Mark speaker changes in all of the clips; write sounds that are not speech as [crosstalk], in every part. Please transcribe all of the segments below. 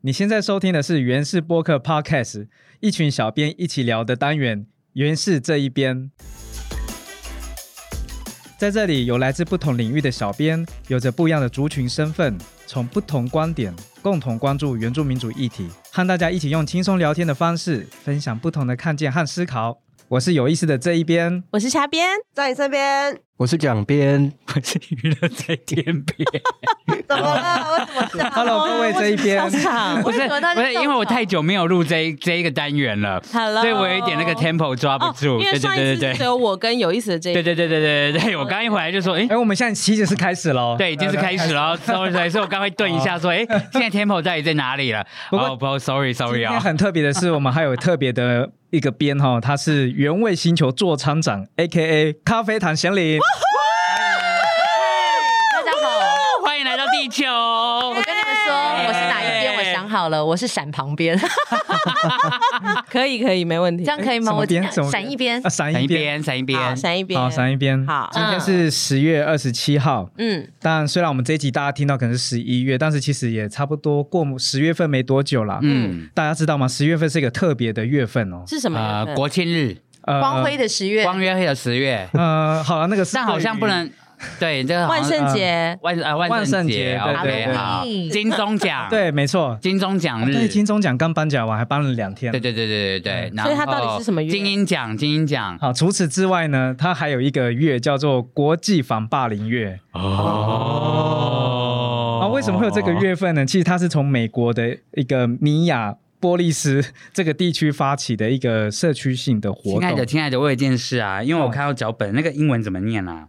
Speaker 1: 你现在收听的是《原氏播客 Podcast》，一群小编一起聊的单元《原氏这一边》。在这里，有来自不同领域的小编，有着不一样的族群身份，从不同观点共同关注原住民主议题，和大家一起用轻松聊天的方式，分享不同的看见和思考。我是有意思的这一边，
Speaker 2: 我是虾边，
Speaker 3: [laughs]
Speaker 4: 在你身边，
Speaker 5: 我是蒋边，
Speaker 3: 我是娱乐在天边。
Speaker 4: 怎么了？我怎么哦笑
Speaker 1: [laughs] Hello，各位这一边
Speaker 2: 我是上场
Speaker 3: 不是
Speaker 2: 为什么大家
Speaker 3: 不
Speaker 2: 笑
Speaker 3: 是，
Speaker 2: 场
Speaker 3: 因为我太久没有录这一这一个单元了，
Speaker 2: Hello，
Speaker 3: 所以我有一点那个 tempo 抓不住。
Speaker 2: 哦因为
Speaker 3: 对
Speaker 2: 上
Speaker 3: 对
Speaker 2: 一
Speaker 3: 对
Speaker 2: 次
Speaker 3: 对
Speaker 2: 是只有我跟有意思的这一
Speaker 3: 对对对对对对对对，我刚一回来就说，哎
Speaker 1: 哎、，我们现在其实是开始哦喽，
Speaker 3: 对，已经是开始了。Sorry，sorry，所以我刚会顿一下说，哎，现在 tempo 到底在哪里了？
Speaker 1: 不过
Speaker 3: 哦，不，sorry
Speaker 1: 今
Speaker 3: sorry
Speaker 1: 天
Speaker 3: 啊，
Speaker 1: 很特别的是，我们还有特别的一个编哈，他是原味星球座舱长，A K A 咖啡糖贤玲。
Speaker 2: 大家好，
Speaker 3: 欢迎来到地球。
Speaker 2: 我跟你们说，我是哪一边？我想好了，我是闪旁
Speaker 1: [laughs]
Speaker 2: 边，
Speaker 4: 可以可以，没问题
Speaker 2: 这样啊可以
Speaker 1: 什
Speaker 2: 吗？
Speaker 1: 么
Speaker 2: 我
Speaker 1: 边什么
Speaker 2: 闪一边
Speaker 1: 啊，，闪
Speaker 3: 闪
Speaker 1: 一
Speaker 3: 一
Speaker 1: 边，
Speaker 3: 边，闪一
Speaker 4: 好，
Speaker 3: 边。
Speaker 4: 闪一边，
Speaker 1: 好，闪一边。
Speaker 4: 好
Speaker 1: 今天是十月二十七号。
Speaker 2: 嗯，
Speaker 1: 但虽然我们这一集大家听到可能是十一月，但是其实也差不多过十月份没多久啦。
Speaker 3: 嗯，
Speaker 1: 大家知道吗？十月份是一个特别的月份哦，
Speaker 2: 是什么
Speaker 3: 呃
Speaker 2: 月，份？
Speaker 3: 国庆日，
Speaker 1: 呃
Speaker 2: 光辉的十月，
Speaker 3: 光约会有十月，
Speaker 1: 呃，好了，那个是
Speaker 3: 但好像
Speaker 1: 对于
Speaker 3: 不能。对，这个好
Speaker 2: 万
Speaker 3: 像
Speaker 2: 圣节，
Speaker 3: 万呃万
Speaker 1: 万圣
Speaker 3: 圣
Speaker 1: 节
Speaker 3: 节
Speaker 1: 对对
Speaker 3: ，OK，
Speaker 1: 对
Speaker 3: 好
Speaker 2: 嗯，
Speaker 3: 金钟奖，，
Speaker 1: 对，没错，
Speaker 3: 金钟奖日
Speaker 1: 对，，金钟奖刚颁奖完，还颁了两天。
Speaker 3: 对对对对对对，然
Speaker 2: 嗯
Speaker 3: 后
Speaker 2: 所以它到底是什么月
Speaker 3: 金鹰奖，金鹰奖，
Speaker 1: 好，除此之外呢，它还有一个月叫做国际反霸凌月。
Speaker 3: 哦
Speaker 1: 啊，为什么会有这个？月份呢？其实它是从美国的一个尼亚波利斯这个地区发起的一个社区性的活
Speaker 3: 亲爱的，
Speaker 1: 动。
Speaker 3: 亲爱的，我有一件事啊，
Speaker 1: 哦
Speaker 3: 因为我看到脚本，那个英文怎么念啊？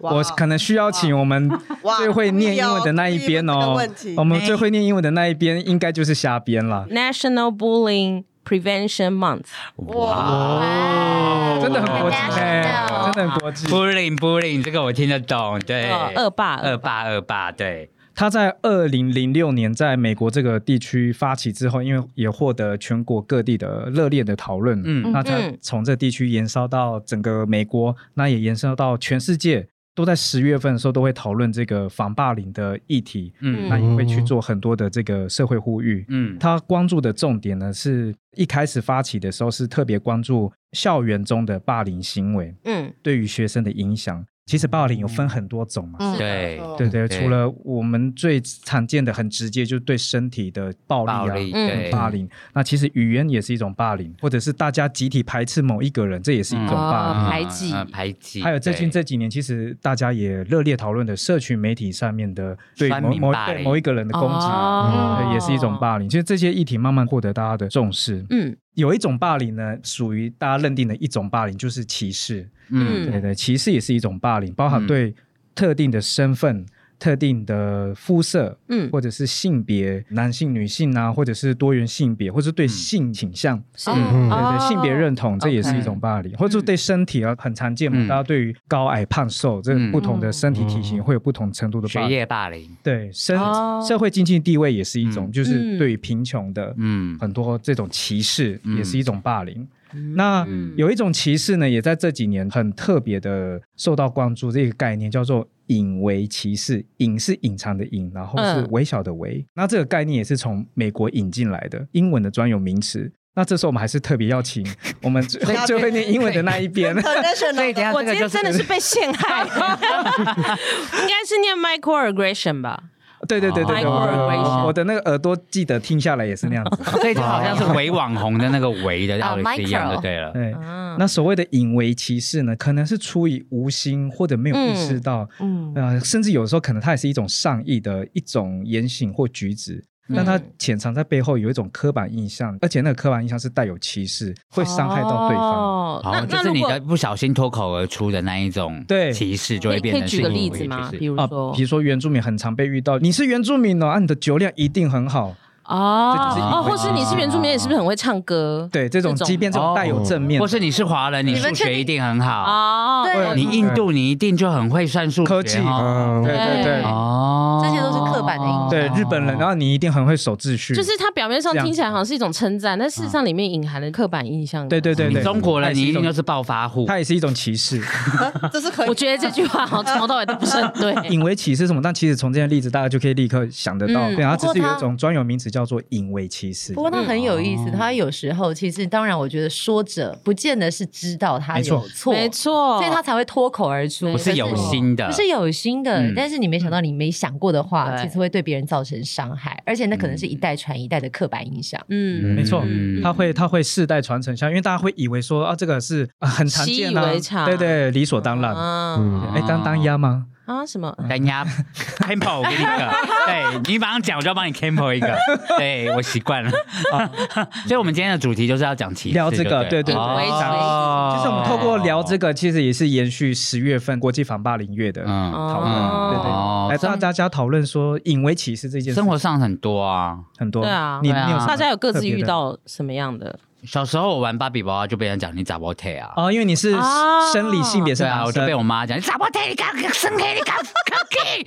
Speaker 1: 我可能需要请我们
Speaker 4: 哇
Speaker 1: 最会念英文的那一边
Speaker 4: 注意
Speaker 1: 哦
Speaker 4: 问这个问，题哎
Speaker 1: 我们最会念英文的那一边应该就是瞎编了，
Speaker 2: National Bullying Prevention Month，
Speaker 3: 哇，
Speaker 1: 哦
Speaker 5: 哦
Speaker 1: 真的很国际哎真
Speaker 2: International
Speaker 1: 的很国际。
Speaker 3: bullying bullying，这个我听得懂，对，
Speaker 2: 哦恶霸
Speaker 3: 二霸二霸，对，
Speaker 1: 他在二零零六年在美国这个地区发起之后，因为也获得全国各地的热烈的讨论，
Speaker 3: 嗯
Speaker 1: 那才从这地区延烧到整个美国，那也延烧到全世界，都在十月份的时候都会讨论这个反霸凌的议题，
Speaker 3: 嗯
Speaker 1: 那也会去做很多的这个社会呼吁。
Speaker 3: 嗯，
Speaker 1: 他关注的重点呢，是一开始发起的时候是特别关注校园中的霸凌行为
Speaker 2: 嗯，
Speaker 1: 对于学生的影响。其实霸凌有分很多种嘛，
Speaker 4: 嗯
Speaker 3: 对
Speaker 1: 对对，
Speaker 3: 对
Speaker 1: 除了我们最常见的很直接，就是对身体的暴力啊。
Speaker 3: 暴力，
Speaker 2: 嗯
Speaker 3: 对，
Speaker 1: 霸凌，那其实语言也是一种霸凌，或者是大家集体排斥某一个人，这也是一种霸凌。
Speaker 2: 哦
Speaker 3: 嗯
Speaker 2: 排挤
Speaker 3: 嗯排挤，
Speaker 1: 啊还有最近
Speaker 3: 对
Speaker 1: 这几年，其实大家也热烈讨论的社群媒体上面的对
Speaker 3: 酸
Speaker 1: 某
Speaker 3: 民
Speaker 1: 某
Speaker 3: 霸
Speaker 1: 对
Speaker 3: 凌
Speaker 1: 某一个人的攻击，
Speaker 3: 嗯
Speaker 2: 哦
Speaker 1: 对也是一种霸凌。其实这些议题慢慢获得大家的重视。
Speaker 2: 嗯，
Speaker 1: 有一种霸凌呢，属于大家认定的一种霸凌，就是歧视。
Speaker 2: 嗯
Speaker 1: 对对，歧视也是一种霸凌，包含
Speaker 3: 嗯
Speaker 1: 对特定的身份、特定的肤色，
Speaker 2: 嗯
Speaker 1: 或者是性别，男性、女性啊，或者是多元性别，或者是对性倾向，
Speaker 2: 是
Speaker 3: 嗯哦
Speaker 1: 对对，
Speaker 2: 哦
Speaker 1: 性别认同，这也是
Speaker 2: OK
Speaker 1: 一种霸凌，或者是对身体啊，很常见嘛，
Speaker 3: 嗯
Speaker 1: 大家对于高矮胖瘦这
Speaker 3: 嗯
Speaker 1: 不同的身体体型
Speaker 5: 嗯
Speaker 1: 会有不同程度的
Speaker 3: 学
Speaker 1: 霸凌，
Speaker 3: 业霸凌，
Speaker 1: 对社
Speaker 2: 哦
Speaker 1: 社会经济地位也是一种，
Speaker 3: 嗯
Speaker 1: 就是
Speaker 2: 嗯
Speaker 1: 对于贫穷的，
Speaker 3: 嗯
Speaker 1: 很多这种歧视
Speaker 3: 嗯
Speaker 1: 也是一种霸凌。那
Speaker 2: 嗯
Speaker 1: 有一种歧视呢，也在这几年很特别的受到关注。这个概念叫做“隐微歧视”，隐是隐藏的隐，然后是
Speaker 2: 嗯
Speaker 1: 微小的微。那这个概念也是从美国引进来的，英文的专有名词。那这时候我们还是特别要请我们最会最会念英文的那一
Speaker 4: 哎
Speaker 1: 边
Speaker 3: 所以等一
Speaker 4: International
Speaker 3: 下
Speaker 2: 我
Speaker 3: 这
Speaker 2: 今
Speaker 3: 个
Speaker 2: 天
Speaker 3: 就
Speaker 2: 真的是被陷
Speaker 3: [laughs]
Speaker 2: 害，应该是念 microaggression 吧？
Speaker 1: [laughs] 对对对对对，
Speaker 2: Microaggression
Speaker 1: 我我的那个耳朵记得听下来也是那样子。
Speaker 3: 所以就好像是伪网红的那个伪的道理是一样的，
Speaker 2: 哦
Speaker 3: 对了。
Speaker 1: 对，
Speaker 2: 嗯，
Speaker 1: 那所谓的隐微歧视呢，可能是出于无心或者没有意识到，
Speaker 4: 嗯
Speaker 1: 呃，甚至有时候可能它也是一种善意的一种言行或举止，但它潜藏在背后有一种刻板印象，而且那个刻板印象是带有歧视，会伤害到对方。
Speaker 2: 哦那
Speaker 3: 好，就
Speaker 2: 那
Speaker 3: 是
Speaker 2: 如
Speaker 3: 你
Speaker 2: 果
Speaker 3: 的不小心脱口而出的那一种
Speaker 1: 对
Speaker 3: 歧视，就
Speaker 2: 可
Speaker 3: 会
Speaker 2: 以可
Speaker 3: 变成
Speaker 2: 以
Speaker 3: 是
Speaker 2: 举个
Speaker 3: 一种
Speaker 2: 例子吗
Speaker 3: 歧？视
Speaker 2: 比如
Speaker 1: 啊，
Speaker 2: 说
Speaker 1: 比如说原住民很常被遇到，你是原住民哦，啊，你的酒量一定很好。
Speaker 2: 哦
Speaker 1: 这就是一
Speaker 2: 哦，
Speaker 1: 回
Speaker 2: 或是你是原住民，你是不是很会唱歌？
Speaker 1: 对，这种
Speaker 2: 这种
Speaker 1: 即便这种带有正面，
Speaker 3: 或哦是你是华人，你数学一定很好，
Speaker 2: 哦，
Speaker 4: 对
Speaker 1: 会
Speaker 3: 你印度你一定就很会算数学
Speaker 1: 科技
Speaker 3: 哦
Speaker 5: 嗯，
Speaker 1: 对对对、
Speaker 3: 哦，
Speaker 2: 这些都是刻板的印象
Speaker 1: 对日本人，啊然后你一定很会守秩序，
Speaker 2: 就是它表面上听起来好像是一种称赞，但事实上里面隐含了刻板印象。
Speaker 1: 对对对
Speaker 3: 你
Speaker 1: 对，
Speaker 3: 中国
Speaker 1: 它也
Speaker 3: 人
Speaker 1: 是
Speaker 3: 你一
Speaker 1: 一
Speaker 3: 定
Speaker 1: 种
Speaker 3: 就是暴发户，
Speaker 1: 它也是一种歧视。
Speaker 4: 啊这是可以，
Speaker 2: 我觉得这句话好像从头到尾都不是很对。
Speaker 1: 引为歧视什么？但其实从这些例子，大家就可以立刻想得到，
Speaker 2: 嗯
Speaker 1: 对，它只
Speaker 4: 不
Speaker 1: 是
Speaker 4: 过它
Speaker 1: 有一种专有名词叫叫做引为歧视
Speaker 5: 不。过他很有意思，
Speaker 3: 嗯
Speaker 5: 他有时候其实当然，我觉得说者不见得是知道他
Speaker 1: 没错
Speaker 5: 有错，
Speaker 2: 没错，
Speaker 5: 所以他才会脱口而出。
Speaker 3: 我是有心的
Speaker 5: 不，是有心的，
Speaker 3: 嗯
Speaker 5: 但是你没想到，你没想过的话，
Speaker 3: 对
Speaker 5: 其实会对别人造成伤害，而且那
Speaker 1: 嗯
Speaker 5: 可能是一代传一代的刻板印象。
Speaker 2: 嗯，
Speaker 1: 没错
Speaker 3: 嗯
Speaker 1: 他会他会世代传承下，因为大家会以为说啊，这个是、啊、很常
Speaker 2: 习
Speaker 1: 见
Speaker 2: 以
Speaker 1: 啊
Speaker 2: 为，常
Speaker 1: 对对，理所当然。嗯
Speaker 2: 啊
Speaker 6: 嗯，
Speaker 1: 哎、当当鸭吗？
Speaker 2: 啊什么？
Speaker 3: 等一下，Campo，我给你一个，对你马上讲，我就要帮你 Campo 一个，对我习惯了。所以，我们今天的主题就是要讲歧视，
Speaker 1: 聊这个
Speaker 3: 对
Speaker 1: 对对
Speaker 2: 对
Speaker 3: 哦
Speaker 1: 就是我们透过聊这个，其实也是延续十月份国际反霸凌月的
Speaker 3: 嗯，
Speaker 1: 讨论，
Speaker 2: 哦
Speaker 1: 对对。
Speaker 3: 哦
Speaker 1: 哎，大大家讨论说引为歧视这件事
Speaker 3: 生活上很多啊。
Speaker 1: 很多，
Speaker 2: 对啊
Speaker 1: 你
Speaker 3: 对啊
Speaker 1: 你有什么
Speaker 2: 大家有各
Speaker 1: 特
Speaker 2: 自
Speaker 1: 别的
Speaker 2: 遇到什么样的？
Speaker 3: 小时候我玩芭比娃娃就被人讲你咋不退啊？
Speaker 1: 哦，因为你是
Speaker 2: 啊
Speaker 1: 生理性别是
Speaker 3: 对
Speaker 1: 男
Speaker 3: 啊，
Speaker 1: 生，
Speaker 3: 我就被我妈讲你咋不退？你搞生黑，你搞搞 gay，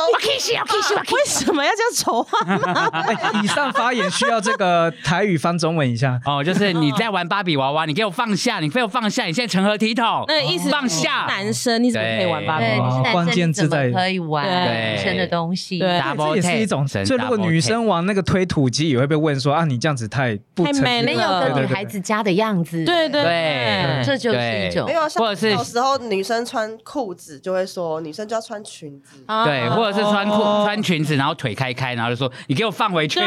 Speaker 1: [laughs]
Speaker 4: 哦
Speaker 3: kiss 我 kiss 我
Speaker 2: [laughs]
Speaker 3: kiss。。
Speaker 2: 为什么要这样丑化？
Speaker 1: 哎以上发言需要这个台语翻中文一下
Speaker 3: 哦，就是你在玩芭比娃娃，你给我放下，你给我放下，你现在成何体统？
Speaker 2: 那意思
Speaker 3: 放下
Speaker 2: 男生你怎么可以玩芭比
Speaker 5: 对，
Speaker 2: 娃
Speaker 5: 你
Speaker 2: 娃
Speaker 5: 是男
Speaker 1: 哦
Speaker 5: 生
Speaker 1: 关键字在
Speaker 5: 你怎么可以玩
Speaker 3: 对
Speaker 5: 女生的东西。
Speaker 2: 对
Speaker 3: 啊
Speaker 1: 对这也是一种，所以如果女生玩那个推土机，也会被问说啊，你这样子太不
Speaker 2: 太
Speaker 1: 成
Speaker 2: 没
Speaker 5: 没
Speaker 1: 熟对
Speaker 5: 有
Speaker 1: 对
Speaker 5: 跟女
Speaker 1: 对
Speaker 5: 孩子家的样子。
Speaker 2: 对对
Speaker 3: 对
Speaker 5: 这就是一种
Speaker 4: 没有，像
Speaker 3: 或者是
Speaker 4: 有时候女生穿裤子就会说女生就要穿裙子，
Speaker 2: 啊
Speaker 3: 对，或者是穿裤、
Speaker 1: 哦
Speaker 3: 穿裙子，然后腿开开，然后就说你给我放回去。
Speaker 2: 对，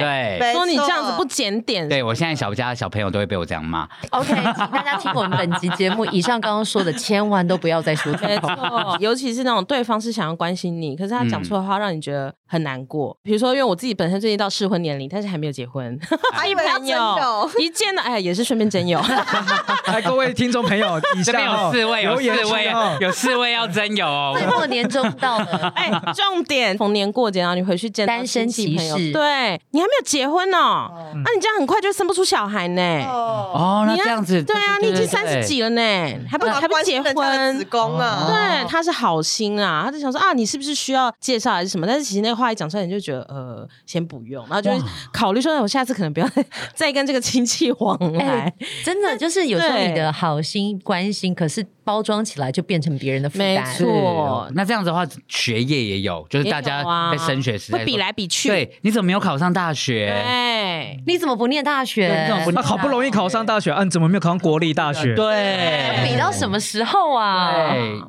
Speaker 3: 对，
Speaker 4: 没
Speaker 2: 说你
Speaker 4: 错
Speaker 2: 这样子不检点，
Speaker 3: 对我现在小家的小朋友都会被我这样骂。
Speaker 5: OK，请大家听我们本集节目，以上刚刚说的，千万都不要再说
Speaker 2: [laughs]
Speaker 5: 出
Speaker 2: 没
Speaker 5: 口。
Speaker 2: 错，尤其是那种对方是想要关心你，可是他讲错的话让你觉得很难过。比如说，因为我自己本身最近到适婚年龄，但是还没有结婚，
Speaker 4: [laughs] 还以为要
Speaker 2: 朋
Speaker 4: 真
Speaker 2: 友
Speaker 4: 友，
Speaker 2: [laughs] 一见到哎呀也是顺便真友，
Speaker 1: [laughs] 哎，各位听众朋友，以
Speaker 3: 这
Speaker 1: 下
Speaker 3: 边有
Speaker 1: 哦
Speaker 3: 四位，有
Speaker 1: 留言
Speaker 3: 四位
Speaker 1: 区哦，
Speaker 3: 有四位要真有哦。
Speaker 5: 岁末年终到
Speaker 2: [laughs]
Speaker 5: 了，
Speaker 2: 哎，重点逢年过节，然后你回去见到
Speaker 5: 单身
Speaker 2: 亲戚朋友
Speaker 5: 歧视
Speaker 2: 对你还没有结婚哦，
Speaker 4: 哦
Speaker 2: 那你这样很快就生不出小孩呢。
Speaker 4: 哦，
Speaker 3: 哦，那
Speaker 2: 你要
Speaker 3: 这样子，
Speaker 2: 对啊，你已经三十。几了呢，还不
Speaker 4: 不
Speaker 2: 还不结
Speaker 4: 子
Speaker 2: 婚。哦
Speaker 4: 宫
Speaker 3: 哦
Speaker 4: 啊，
Speaker 2: 对，他是好心啊，他就想说啊，你是不是需要介绍还是什么？但是其实那个话一讲出来，你就觉得呃，先不用，然后就会考虑说，那我下次可能不要 [laughs] 再再跟这个亲戚往来。
Speaker 5: 哎真的就是有时候
Speaker 2: 对
Speaker 5: 你的好心关心，可是包装起来就变成别人的负担。
Speaker 2: 没
Speaker 3: 对对
Speaker 2: 错
Speaker 3: 对是哦那这样子的话，学业也有，就是
Speaker 2: 也有
Speaker 3: 大家
Speaker 2: 啊
Speaker 3: 在升学时代
Speaker 2: 会比
Speaker 3: 说
Speaker 2: 来比去，
Speaker 3: 对，你怎么没有考上大学？
Speaker 2: 对
Speaker 5: 你怎么不念大学
Speaker 3: 对你？怎么不
Speaker 1: 啊，
Speaker 3: 念
Speaker 1: 好不容易考上大学，啊，你怎么没有考上国立大学？
Speaker 3: 对，
Speaker 5: 比到什么时候啊？
Speaker 3: 对，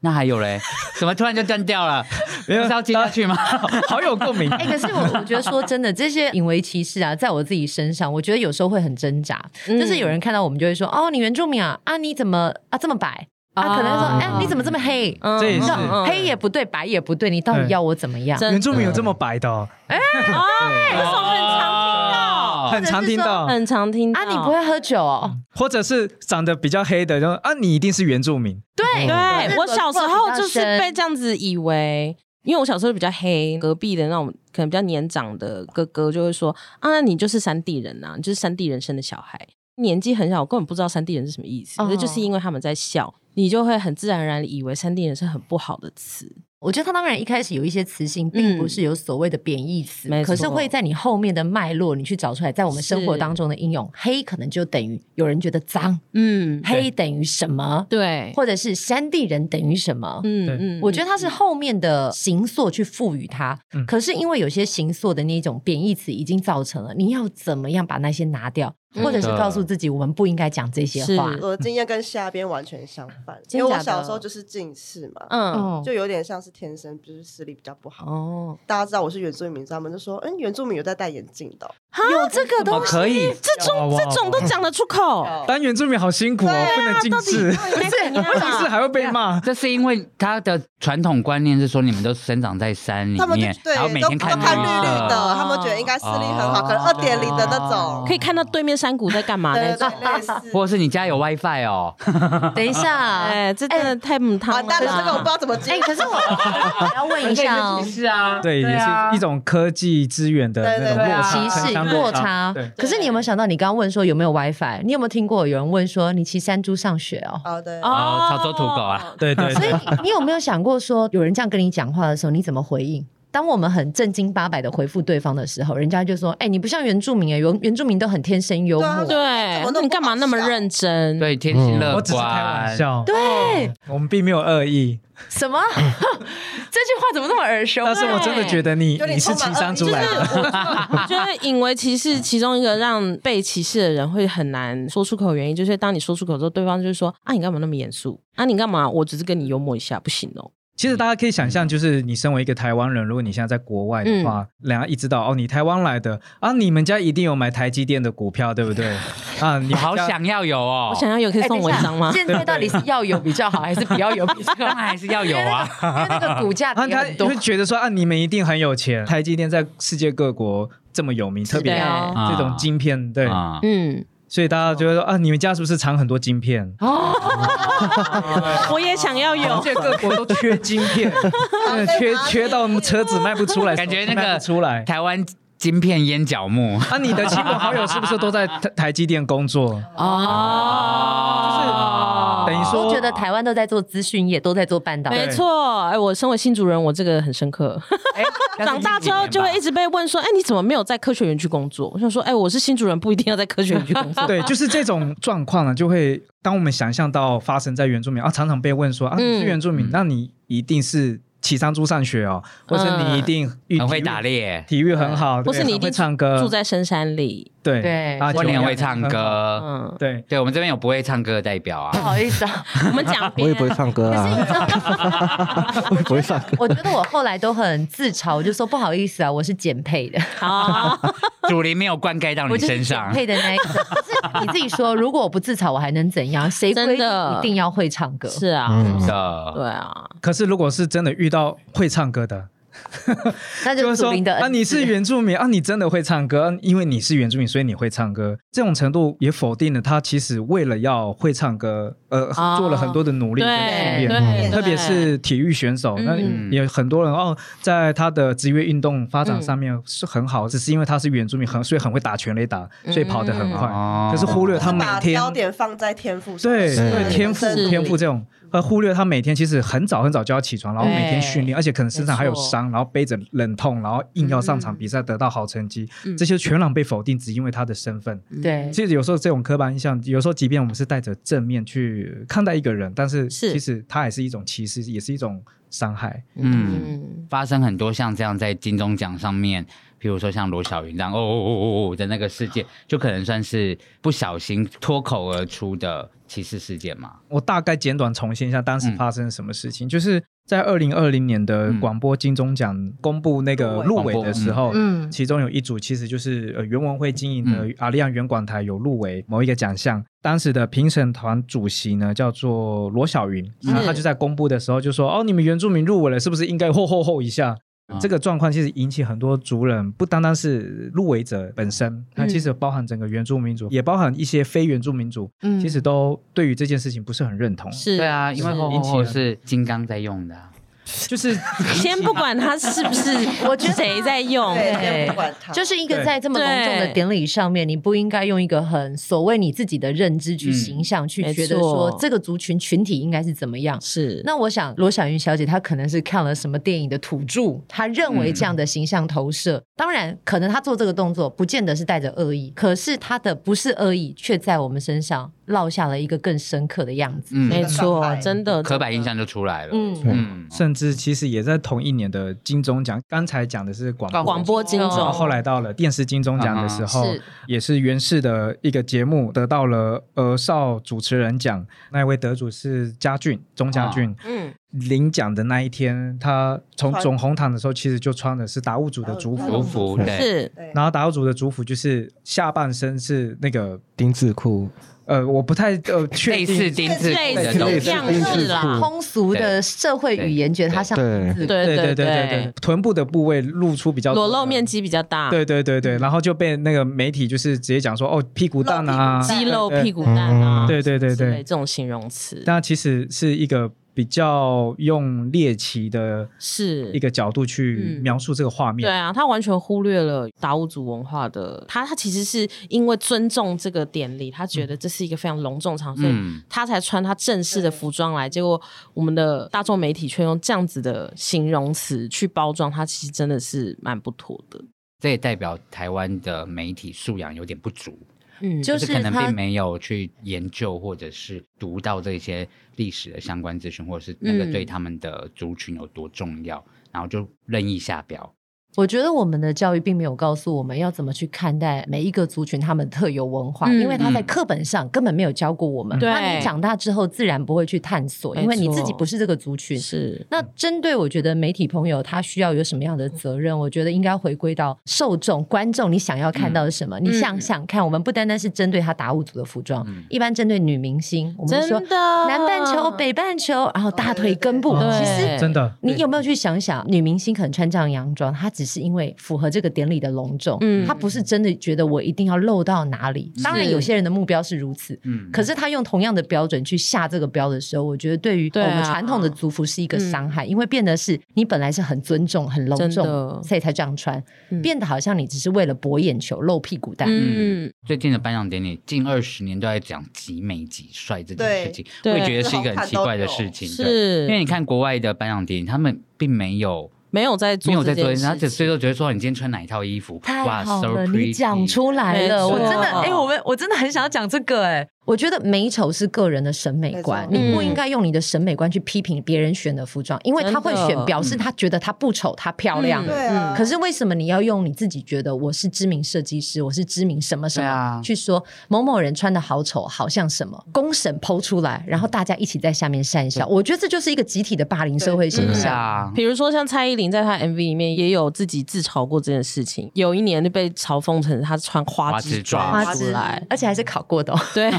Speaker 3: 那还有嘞？怎么突然就断掉了？不
Speaker 1: 没有
Speaker 3: 是要接下
Speaker 2: [laughs]
Speaker 3: 去吗？
Speaker 1: 好有共鸣。
Speaker 5: 哎、可是我我觉得说真的，这些引为歧视啊，在我自己身上，我觉得有时候会很挣扎。
Speaker 2: 嗯
Speaker 5: 就是有人看到我们就会说：“哦，你原住民啊，啊你怎么啊这么白
Speaker 2: 啊
Speaker 5: 啊？”可能说：“哎、你怎么这么黑？”
Speaker 2: 嗯
Speaker 1: 这也是
Speaker 2: 嗯嗯
Speaker 5: 黑也不对，白也不对，你到底要我怎么样？
Speaker 2: 真
Speaker 1: 原住民有这么白的哦，
Speaker 2: 哎，我很常听
Speaker 3: 嗯哦
Speaker 1: 很常听到，
Speaker 2: 到，很常听到
Speaker 5: 啊，你不会喝酒哦？
Speaker 1: 或者是长得比较黑的，就啊，你一定是原住民。
Speaker 5: 对
Speaker 2: 对
Speaker 5: 嗯
Speaker 2: 我小时候就是被这样子以为，因为我小时候比较黑，隔壁的那种可能比较年长的哥哥就会说啊，那你就是山地人呐、你就是山地人生的小孩。年纪很小，我根本不知道山地人是什么意思，
Speaker 5: 哦
Speaker 2: 可是就是因为他们在笑，你就会很自然而然地以为山地人是很不好的词。
Speaker 5: 我觉得他当然一开始有一些词性，并不是有所谓的贬义词，
Speaker 2: 嗯没错
Speaker 5: 可是会在你后面的脉络，你去找出来，在我们生活当中的应用。黑可能就等于有人觉得脏，
Speaker 2: 嗯，
Speaker 5: 黑等于什么，
Speaker 2: 对，
Speaker 5: 或者是山地人等于什么。
Speaker 1: 对
Speaker 2: 嗯嗯，
Speaker 5: 我觉得它是后面的形塑去赋予它，
Speaker 1: 嗯
Speaker 5: 可是因为有些形塑的那种贬义词已经造成了，你要怎么样把那些拿掉，
Speaker 2: 嗯
Speaker 5: 或者是告诉自己我们不应该讲这些话
Speaker 2: 是。
Speaker 4: 我的经验跟下边完全相反，
Speaker 2: 真
Speaker 4: 因为
Speaker 2: 假
Speaker 4: 我
Speaker 2: 的
Speaker 4: 小时候就是近视嘛，
Speaker 2: 嗯
Speaker 5: 哦
Speaker 4: 就有点像是天生就是视力比较不好。
Speaker 2: 哦，
Speaker 4: 大家知道我是原住民，他们就说，嗯，原住民有在戴眼镜的哦，
Speaker 2: 有这个
Speaker 3: 怎么
Speaker 2: 东西，
Speaker 3: 可以？
Speaker 2: 这种
Speaker 1: 哦哇哇
Speaker 2: 这种都讲得出口，
Speaker 1: 当原住民好辛苦
Speaker 4: 啊
Speaker 1: 哦，不能近 [laughs] 视，
Speaker 2: 不 [laughs] 是
Speaker 1: 近视还会被 [laughs] 骂。
Speaker 3: 这是因为他的传统观念是说你们都生长在山里
Speaker 4: 他们就
Speaker 3: 面，
Speaker 4: 对
Speaker 3: 然后每
Speaker 4: 都
Speaker 3: 天
Speaker 4: 都
Speaker 3: 看
Speaker 4: 看
Speaker 3: 绿
Speaker 4: 绿绿
Speaker 3: 的。
Speaker 4: 的，他们觉得应该视力很好，可能二点零的那种，
Speaker 2: 可以看到对面山谷在干嘛
Speaker 4: 对
Speaker 2: 那
Speaker 4: 对
Speaker 2: 种。
Speaker 4: 对，类似。
Speaker 3: 或者是你家有 WiFi 哦，
Speaker 5: 等一下，
Speaker 2: 哎，这真的太母汤了。
Speaker 4: 啊完蛋了，这个我不知道怎么接
Speaker 5: 哎，。可是
Speaker 2: [laughs]
Speaker 5: 我我要问一下哦，
Speaker 3: 是啊，
Speaker 1: 对，也
Speaker 3: 啊
Speaker 1: 是一种科技资源的那种
Speaker 4: 对对对
Speaker 1: 落
Speaker 5: 哦歧
Speaker 1: 差，城
Speaker 5: 视
Speaker 1: 乡
Speaker 5: 落
Speaker 1: 差
Speaker 5: 差
Speaker 1: 对。
Speaker 5: 可是你有没有想到，你刚刚问说有没有 WiFi？你有没有听过有人问说你骑山猪上学哦？
Speaker 4: 好的，
Speaker 3: 哦潮州土狗啊，
Speaker 1: 对对
Speaker 5: 所
Speaker 1: [laughs]
Speaker 5: 以
Speaker 1: 对，
Speaker 5: 你有没有想过说，有人这样跟你讲话的时候，你怎么回应？当我们很正经八百的回复对方的时候，人家就说：“哎、你不像原住民哎，原原住民都很天生幽
Speaker 4: 对啊
Speaker 5: 默。
Speaker 4: 对
Speaker 2: 对，那你干嘛那么认真？
Speaker 3: 对，天性乐观。
Speaker 1: 嗯我只是开玩笑， [laughs]
Speaker 5: 对，
Speaker 1: 我们并没有恶意，
Speaker 5: 什么？ [laughs] 这句话怎么那么耳熟？
Speaker 1: 但是我真
Speaker 5: 哎
Speaker 1: 的觉得你
Speaker 4: 有点
Speaker 1: 你是
Speaker 4: 充满
Speaker 1: 情
Speaker 4: 恶
Speaker 1: 商
Speaker 4: 意
Speaker 1: 出来
Speaker 4: 就是
Speaker 1: 的，
Speaker 2: 我觉得引为歧视其中一个让被歧视的人会很难说出口，原因就是当你说出口之后，对方就是说啊，你干嘛那么严肃？啊，你干嘛？我只是跟你幽默一下，不行哦。
Speaker 1: 其实大家可以想象，就是你身为一个台湾人，如果你现在在国外的话，人家一知道哦，你台湾来的啊，你们家一定有买台积电的股票，对不对？啊，你
Speaker 3: 我
Speaker 1: 们
Speaker 3: 好
Speaker 1: 家
Speaker 3: 想要有哦，
Speaker 2: 我
Speaker 3: [laughs]
Speaker 2: 想要有可以
Speaker 5: [laughs] 哎
Speaker 2: 送我一张吗？
Speaker 5: 现在到底是要有比较好，还是不要有比较
Speaker 3: 当然
Speaker 5: 好？
Speaker 3: 还是 [laughs] 要有啊。
Speaker 5: 因为那个股价
Speaker 1: 啊，[laughs]
Speaker 5: 跌
Speaker 1: 他
Speaker 5: 很多
Speaker 1: 会，觉得说啊，你们一定很有钱，台积电在世界各国这么有名，特别
Speaker 2: 对
Speaker 3: 啊
Speaker 1: 这种晶片，对，
Speaker 3: 啊，
Speaker 2: 嗯，
Speaker 1: 所以大家觉得说啊，你们家是不是藏很多晶片？
Speaker 3: 啊
Speaker 2: 我也想要有
Speaker 1: 世。界各国都缺晶
Speaker 4: [laughs]
Speaker 1: 片，真的缺缺到车子卖不出来，
Speaker 3: 感觉
Speaker 1: 手机
Speaker 3: 那个
Speaker 1: 卖不出来。
Speaker 3: 台湾晶片烟角木
Speaker 1: 啊，你的亲朋好友是不是都
Speaker 2: [laughs]
Speaker 1: 在台台积电工作？
Speaker 3: 哦，
Speaker 1: 就是等于说
Speaker 5: 都觉得台湾都在做资讯业，都在做半导体
Speaker 1: 对
Speaker 2: 没错，哎，我身为新竹人，我这个很深
Speaker 3: [laughs]
Speaker 2: 刻。
Speaker 3: 哎
Speaker 2: 长大之后就会一
Speaker 3: 直
Speaker 2: 直被问说，哎，你怎么没有在科学园区工作？我想说，哎，我是新竹人，不一定要在科学园区工作。
Speaker 1: 对，就是这种状况呢，就会当我们想象到发生在原住民啊，常常被问说啊，你是原住民，
Speaker 3: 嗯
Speaker 1: 那你一定是骑山猪上学哦，或者你一定运
Speaker 3: 很
Speaker 1: 体
Speaker 3: 会
Speaker 1: 育
Speaker 3: 打猎，
Speaker 1: 体育很好，
Speaker 2: 嗯或
Speaker 1: 对
Speaker 2: 是
Speaker 1: 很
Speaker 2: 你一
Speaker 1: 会
Speaker 2: 定
Speaker 1: 唱歌，
Speaker 2: 住在深山里，
Speaker 1: 对
Speaker 5: 对
Speaker 1: 啊，
Speaker 5: 或
Speaker 3: 我
Speaker 1: 酒
Speaker 5: 者
Speaker 3: 也
Speaker 1: 量
Speaker 3: 会唱
Speaker 1: 很好，
Speaker 3: 歌。
Speaker 2: 嗯，
Speaker 1: 对，
Speaker 3: 对，我们这边有不会唱歌的代表
Speaker 5: [laughs] 不
Speaker 3: 啊，
Speaker 5: 好意思啊，
Speaker 2: 我们讲别
Speaker 6: 我也不会
Speaker 2: 人。
Speaker 6: 唱歌啊， [laughs] 我也不会唱歌。
Speaker 5: 我觉得我后来都很自嘲，我就说不好意思啊，我是减配的，
Speaker 2: 好，
Speaker 3: 祖林没有灌溉到
Speaker 5: 我
Speaker 3: 你
Speaker 5: 就是
Speaker 3: 身
Speaker 5: 减
Speaker 3: 上。
Speaker 5: 配的
Speaker 1: [laughs]
Speaker 5: 那一个。就是你自己说，如果我不自嘲，我还能怎样？谁规
Speaker 2: 真
Speaker 5: 定
Speaker 2: 的
Speaker 5: 一定要会唱歌？
Speaker 2: 是啊，
Speaker 6: 嗯，
Speaker 3: 的，
Speaker 2: 对啊，
Speaker 1: 可是如果是真的遇到会唱歌的，
Speaker 5: 那
Speaker 1: 就
Speaker 5: 就是是祖
Speaker 1: 说
Speaker 5: 林的恩
Speaker 1: 啊，你
Speaker 5: 赐
Speaker 1: 是原住民啊，你真的会唱歌，啊因为你是原住民，所以你会唱歌。这种程度也否定了他其实为了要会唱歌，呃，
Speaker 2: 哦
Speaker 1: 做了很多的努力
Speaker 2: 对
Speaker 1: 跟训
Speaker 2: 对
Speaker 1: 练。
Speaker 2: 对，
Speaker 1: 特别是体育选手，那
Speaker 2: 嗯
Speaker 1: 也很多人哦，在他的职业运动发展上面是很好，只是因为他是原住民，很所以很会打拳垒打，所以跑得很快。
Speaker 3: 嗯
Speaker 1: 可是忽略
Speaker 4: 就是
Speaker 1: 他每
Speaker 4: 把
Speaker 1: 天
Speaker 4: 焦点放在天赋上，
Speaker 1: 对
Speaker 6: 是
Speaker 1: 对，天赋
Speaker 4: 人生
Speaker 1: 天赋这种，呃，忽略他每天其实很早很早就要起床，然后每天训练，而且可能身上还有伤，然后背着冷痛，然后硬要上场比赛得到好成绩，
Speaker 2: 嗯
Speaker 1: 这些全然被否定，只因为他的身份。
Speaker 5: 对
Speaker 1: 其实有时候这种刻板印象，有时候即便我们是带着正面去看待一个人，但是
Speaker 2: 是
Speaker 1: 其实它也是一种歧视，也是一种伤害。
Speaker 3: 嗯，
Speaker 2: 嗯，
Speaker 3: 发生很多像这样在金钟奖上面，比如说像罗小云这样哦哦哦哦哦的那个事件，就可能算是不小心脱口而出的歧视事件嘛。
Speaker 1: 我大概简短重现一下当时
Speaker 3: 嗯
Speaker 1: 发生什么事情，就是在二零二零年的
Speaker 3: 嗯
Speaker 1: 广播金钟奖公布那个
Speaker 4: 入
Speaker 1: 入
Speaker 3: 围
Speaker 1: 围的时候，
Speaker 5: 嗯
Speaker 1: 其中有一组其实就是呃袁文会经营
Speaker 3: 嗯
Speaker 1: 的阿利亚圆广台有入围某一个奖项，当时的评审团主席呢叫做罗小云，
Speaker 3: 嗯
Speaker 1: 然后他就在公布的时候就说：“哦，你们原住民入围了，是不是应该吼吼吼一下？”
Speaker 3: 啊
Speaker 1: 这个状况其实引起很多族人，不单单是入围者本身，它其实包含整个原住民族，也包含一些非原住民族，
Speaker 5: 嗯
Speaker 1: 其实都对于这件事情不是很认同。
Speaker 2: 是
Speaker 3: 对啊，因为
Speaker 2: 是
Speaker 3: 吼吼吼是金刚在用的啊、
Speaker 1: 就是
Speaker 2: 先不管他是不是，我觉得谁在用，
Speaker 4: 对，先不管他，
Speaker 5: 就是一个
Speaker 1: 对
Speaker 5: 在这么隆重的
Speaker 2: 对
Speaker 5: 典礼上面，你不应该用一个很所谓你自己的认知去
Speaker 3: 嗯
Speaker 5: 形象，去
Speaker 2: 没
Speaker 5: 觉得
Speaker 2: 错
Speaker 5: 说这个族群群体应该是怎么样。
Speaker 2: 是
Speaker 5: 那我想，罗小云小姐她可能是看了什么电影的土著，她认为这样的形象投射。当然，可能她做这个动作不见得是带着恶意，可是她的不是恶意，却在我们身上烙下了一个更深刻的样子。
Speaker 3: 嗯，
Speaker 2: 没
Speaker 4: 刻
Speaker 2: 错，
Speaker 4: 板
Speaker 2: 真的
Speaker 3: 刻板印，象就出来了。
Speaker 5: 嗯
Speaker 3: 嗯，
Speaker 1: 甚至其实也在同一年的金钟奖，刚才讲的是广播
Speaker 2: 广播金
Speaker 1: 然后
Speaker 2: 钟，
Speaker 1: 哦后来到了电视金钟奖的时候，
Speaker 5: 嗯是
Speaker 1: 也是原视的一个节目得到了呃少主持人奖，那一位得主是嘉俊，钟嘉俊。
Speaker 2: 嗯，
Speaker 1: 领奖的那一天，他从
Speaker 4: 穿哦
Speaker 1: 总红毯的时候，其实就穿的是达悟族的族
Speaker 4: 达
Speaker 3: 服
Speaker 1: 服
Speaker 4: 悟，
Speaker 3: 服
Speaker 6: 嗯
Speaker 3: 对，
Speaker 2: 是
Speaker 4: 对
Speaker 1: 然后达悟族的族服就是下半身是那个
Speaker 6: 丁字裤，
Speaker 1: 呃，我不太呃确
Speaker 3: 类似
Speaker 1: 定
Speaker 3: 丁字
Speaker 2: 类
Speaker 3: 裤的
Speaker 2: 似
Speaker 3: 东
Speaker 6: 类
Speaker 3: 西
Speaker 6: 似
Speaker 2: 样
Speaker 6: 类
Speaker 2: 式
Speaker 6: 似
Speaker 2: 啦，
Speaker 5: 通俗的社会语言觉得她像
Speaker 6: 对
Speaker 5: 自
Speaker 2: 对
Speaker 1: 对对
Speaker 2: 对
Speaker 1: 对对，臀部的部位露出比较多
Speaker 2: 裸
Speaker 1: 的
Speaker 2: 露面积比嗯较大，
Speaker 1: 对对对对，然后就被那个媒体就是直接讲说，哦，屁股蛋啊，
Speaker 4: 露
Speaker 2: 肌肉、屁股蛋啊，
Speaker 1: 对对对
Speaker 2: 之类
Speaker 1: 对，
Speaker 2: 这种形容词，
Speaker 1: 那其实是一个比较用猎奇的
Speaker 2: 是
Speaker 1: 一个角度去
Speaker 2: 嗯
Speaker 1: 描述这个画面。
Speaker 2: 对啊，他完全忽略了达悟族文化的，他他其实是因为尊重这个典礼，他觉得这是一个非常隆重场，所以
Speaker 3: 嗯
Speaker 2: 他才穿他正式的服装来。结果我们的大众媒体却用这样子的形容词去包装，他其实真的是蛮不妥的。
Speaker 3: 这也代表台湾的媒体素养有点不足，
Speaker 2: 嗯，
Speaker 5: 就
Speaker 3: 就是
Speaker 5: 是
Speaker 3: 可能
Speaker 5: 他
Speaker 3: 并没有去研究或者是读到这些历史的相关资讯，或者是那个
Speaker 2: 嗯
Speaker 3: 对他们的族群有多重要，然后就任意下标。
Speaker 5: 我觉得我们的教育并没有告诉我们要怎么去看待每一个族群他们特有文化，
Speaker 2: 嗯
Speaker 5: 因为他在
Speaker 3: 嗯
Speaker 5: 课本上根本没有教过我们。
Speaker 2: 对
Speaker 5: 那你长大之后自然不会去探索，
Speaker 2: 没
Speaker 5: 因为你
Speaker 2: 错
Speaker 5: 自己不是这个族群。
Speaker 2: 是
Speaker 5: 那针对我觉得媒体朋友他需要有什么样的责任，我觉得应该回归到受众、观众，你想要看到的是什
Speaker 2: 嗯
Speaker 5: 么？你想想看，我们不单单是针对他达悟族的服装，
Speaker 3: 嗯
Speaker 5: 一般针对女明星，我们
Speaker 2: 真
Speaker 5: 说
Speaker 2: 的南
Speaker 5: 南半球、北半球，然后大腿根部，
Speaker 6: 对对
Speaker 5: 其
Speaker 6: 对
Speaker 5: 实
Speaker 2: 对
Speaker 1: 嗯真的，
Speaker 5: 你有没有去想想，女明星可能穿这样洋装，她只是因为符合这个典礼的隆重，
Speaker 2: 嗯
Speaker 5: 她不是真的觉得我一定要露到哪里。当然，有些人的目标是如此，
Speaker 3: 嗯，
Speaker 5: 可是她用同样的标准去下这个标的时候，我觉得对于嗯我
Speaker 2: 对啊
Speaker 5: 们传统的族服是一个伤害，因为变得是你本来是很尊重、很隆
Speaker 2: 真
Speaker 5: 重，
Speaker 2: 的
Speaker 5: 所以才这样穿，
Speaker 2: 嗯
Speaker 5: 变得好像你只是为了博眼球、露屁股蛋。
Speaker 2: 嗯，
Speaker 3: 最近的颁奖典礼，近二十年都在讲集美集帅这件事情，
Speaker 2: 对
Speaker 3: 我也
Speaker 2: 对
Speaker 3: 觉得是一个很奇怪的事情。对，因为
Speaker 2: 是
Speaker 3: 你看国外的颁奖典礼，他们并没有
Speaker 2: 没有在做
Speaker 3: 没有在
Speaker 2: 这
Speaker 3: 做
Speaker 2: 件
Speaker 3: 这件
Speaker 2: 事情，
Speaker 3: 事，他只最多只会说你今天穿哪一套衣服，
Speaker 5: 太
Speaker 3: 哇
Speaker 5: 好
Speaker 3: ，so
Speaker 5: 了，
Speaker 3: pretty，
Speaker 5: 你讲出来了，
Speaker 2: 没错
Speaker 5: 我真的哎、我们我真的很想要讲这个哎、我觉得美丑是个人的审美观，
Speaker 4: 没
Speaker 2: 错
Speaker 5: 你不
Speaker 2: 嗯
Speaker 5: 应该用你的审美观去批评别人选的嗯服装，因为他会
Speaker 2: 真
Speaker 5: 选
Speaker 2: 的
Speaker 5: 表示他觉得他不丑，他漂亮。
Speaker 2: 嗯
Speaker 4: 对啊，
Speaker 5: 可是为什么你要用你自己觉得我是知名设计师，我是知名什么什么、
Speaker 3: 对啊
Speaker 5: 去说某某人穿的好丑，好像什么公审剖出来，然后大家一起在下面讪笑？我觉得这就是一个集体的霸凌社会现
Speaker 3: 是
Speaker 5: 象。
Speaker 3: 啊，
Speaker 2: 比如说像蔡依林在她 MV 里面也有自己自嘲过这件事情，有一年就被嘲讽成她穿花枝
Speaker 3: 花
Speaker 2: 装
Speaker 5: 枝
Speaker 2: 出来，
Speaker 5: 而且还是考过的、哦，
Speaker 2: [laughs] [laughs]
Speaker 3: [laughs]
Speaker 2: 对，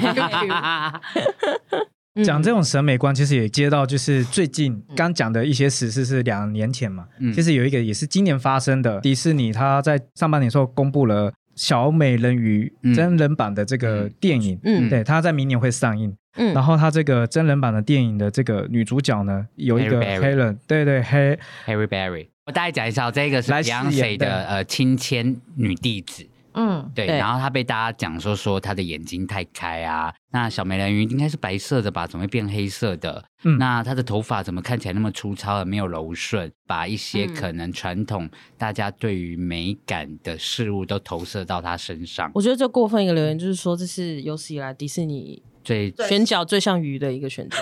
Speaker 2: 嗯
Speaker 1: 讲这种审美观，其实也接到就是最近刚讲的一些实事是两年前嘛，
Speaker 3: 嗯
Speaker 1: 其实有一个也是今年发生的，迪士尼它在上半年的时候公布了《小美人鱼
Speaker 3: 嗯》
Speaker 1: 真人版的这个
Speaker 3: 嗯
Speaker 1: 电影，
Speaker 2: 嗯
Speaker 1: 对，它在明年会上映。
Speaker 2: 嗯
Speaker 1: 然后它这个真人版的电影的这个女主角呢，有一个
Speaker 3: Halle Berry
Speaker 1: 黑人，对对黑，
Speaker 3: Harry Berry。我大概讲一下哦，这个是
Speaker 1: 来饰演
Speaker 3: Beyonce 的
Speaker 1: 的
Speaker 3: 呃亲签女弟子，
Speaker 5: [laughs] 嗯，
Speaker 3: 对，
Speaker 2: 对
Speaker 3: 然后她被大家讲说说她的眼睛太开啊，那小美人鱼应该是白色的吧，怎么会变黑色的？
Speaker 1: 嗯
Speaker 3: 那她的头发怎么看起来那么粗糙而没有柔顺？把一些
Speaker 2: 嗯
Speaker 3: 可能传统大家对于美感的事物都投射到她身上，
Speaker 2: 我觉得最过分一个留言就是说，这是有史以来迪士尼
Speaker 3: 最
Speaker 4: 对
Speaker 2: 选角最像鱼的一个选角，